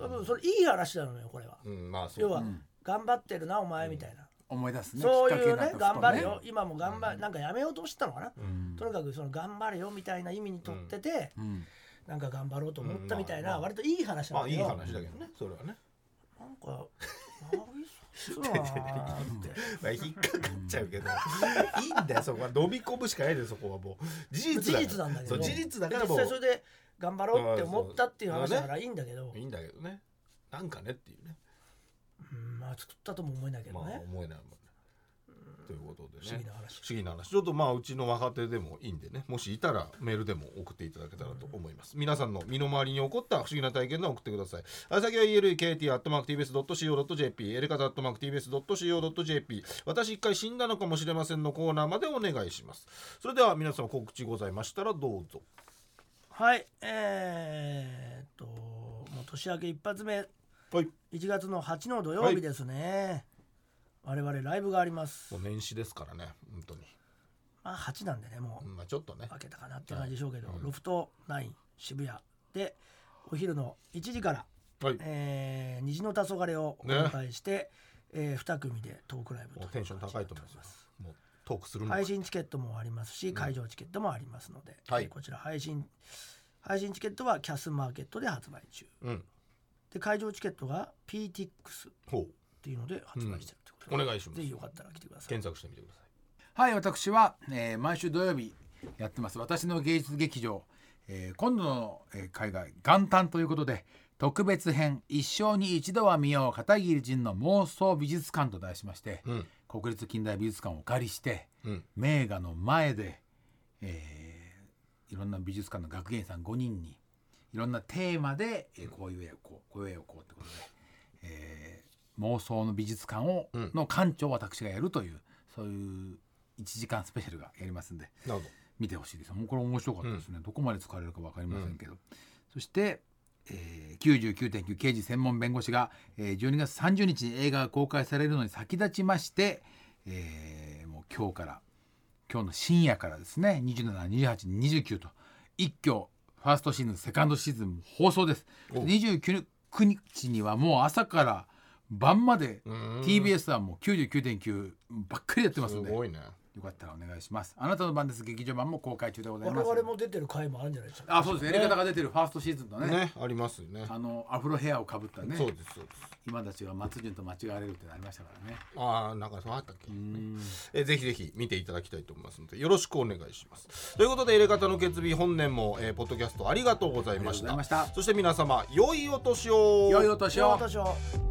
Speaker 3: 多分それいい話なのよこれは
Speaker 2: うんまあそう
Speaker 3: 要は頑張ってるなお前みたいな
Speaker 4: 思い出すね
Speaker 3: そう
Speaker 4: きっか
Speaker 3: い
Speaker 4: け
Speaker 3: う
Speaker 4: になっ
Speaker 3: ね
Speaker 4: た
Speaker 3: 頑張れ
Speaker 4: そう
Speaker 3: よ
Speaker 4: ね
Speaker 3: 今も頑張なんかやめようとしてたのかな
Speaker 2: うん
Speaker 3: とにかくその頑張れよみたいな意味にとってて
Speaker 4: うん
Speaker 3: なんか頑張ろうと思ったみたい
Speaker 2: うんまあ
Speaker 3: な
Speaker 2: まあ
Speaker 3: 割といい話な
Speaker 2: ま
Speaker 3: ん
Speaker 2: あ
Speaker 3: だ
Speaker 2: いい
Speaker 3: けど
Speaker 2: 話だけどねそれはね
Speaker 3: なんかなりそうだなーって
Speaker 2: まあ引っかかっちゃうけどいいんだよそこは飲み込むしかないでそこはもう事実
Speaker 3: 事
Speaker 2: だ
Speaker 3: 実なんだけど
Speaker 2: そう事実だから
Speaker 3: で
Speaker 2: も
Speaker 3: 実際そうれで頑張ろうって思ったっていう話だからいいんだけど
Speaker 2: いいんだけどねなんかねっていうね
Speaker 3: うんまあ作ったとも思えないけど
Speaker 2: まあ
Speaker 3: ね
Speaker 2: 思えないもんねということでね
Speaker 3: 不思議な話
Speaker 2: 不思議な話ちょっとまあうちの若手でもいいんでねもしいたらメールでも送っていただけたらと思います、皆さんの身の回りに起こった不思議な体験談を送ってくださいあ先は elkt.tbs.co.jp エレカタ .tbs.co.jp 私一回死んだのかもしれませんのコーナーまでお願いしますそれでは皆様告知ございましたらどうぞ
Speaker 3: はいえー、っともう年明け一発目
Speaker 2: はい
Speaker 3: 1月の8の土曜日ですね、我々ライブがあります
Speaker 2: もう年始ですからね本当に
Speaker 3: まあ8なんでねも
Speaker 2: まあちょっとね
Speaker 3: う開けたかなって感じでしょうけど、ロフト9渋谷でお昼の1時から、
Speaker 2: はい
Speaker 3: えー虹の黄昏をお迎えして、えー2組でトークライブ
Speaker 2: も
Speaker 3: と
Speaker 2: うテンション高いと思いますもうトークするの
Speaker 3: 配信チケットもありますし会場チケットもありますので、
Speaker 2: はい
Speaker 3: えーこちら配信配信チケットはキャスマーケットで発売中
Speaker 2: うん
Speaker 3: で会場チケットが PTX っ
Speaker 2: ほう
Speaker 3: ていうので発売してるということで、
Speaker 2: うんお願いします
Speaker 3: ぜひよかったら来てください
Speaker 2: 検索してみてください
Speaker 4: はい私は、えー毎週土曜日やってます私の芸術劇場、えー今度の、えー、海外元旦ということで特別編「一生に一度は見よう片桐仁の妄想美術館」と題しまして、
Speaker 2: うん
Speaker 4: 国立近代美術館をお借りして、
Speaker 2: うん
Speaker 4: 名画の前で、えーいろんな美術館の学芸員さん5人にいろんなテーマで、えーこういう絵をこうこういう絵をこうってことで、えー妄想の美術館を、
Speaker 2: うん
Speaker 4: の館長を私がやるというそういう1時間スペシャルがやりますんで
Speaker 2: なるほど
Speaker 4: 見てほしいですもうこれ面白かったですね、どこまで使われるか分かりませんけど、そして、えー、99.9刑事専門弁護士が、えー、12月30日に映画が公開されるのに先立ちまして、えーもう今日から今日の深夜からですね272829と一挙ファーストシーズンセカンドシーズン放送です
Speaker 2: お
Speaker 4: 29日にはもう朝から晩まで
Speaker 2: ん
Speaker 4: TBS はもう99.9ばっかりやってますんでよ
Speaker 2: いね
Speaker 4: よかったらお願いしますあなたの番です劇場版も公開中でござい
Speaker 3: 我
Speaker 4: ます
Speaker 3: 々も出てる回もあるんじゃないですか
Speaker 4: あそうですやり方が出てるファーストシーズンのね
Speaker 2: ねありますよね
Speaker 4: あのアフロヘアをかぶったね
Speaker 2: そうですそうです
Speaker 4: 今たちは松潤と間違われるってなりましたからね
Speaker 2: ああなんかそうあったっけえぜひぜひ見ていただきたいと思いますのでよろしくお願いしますということで入れ方の決日本年も、えーポッドキャストありがとうございました
Speaker 4: ありがとうございました
Speaker 2: そして皆様良いお年を
Speaker 4: 良いお年
Speaker 3: 塩
Speaker 4: を
Speaker 3: 渡しを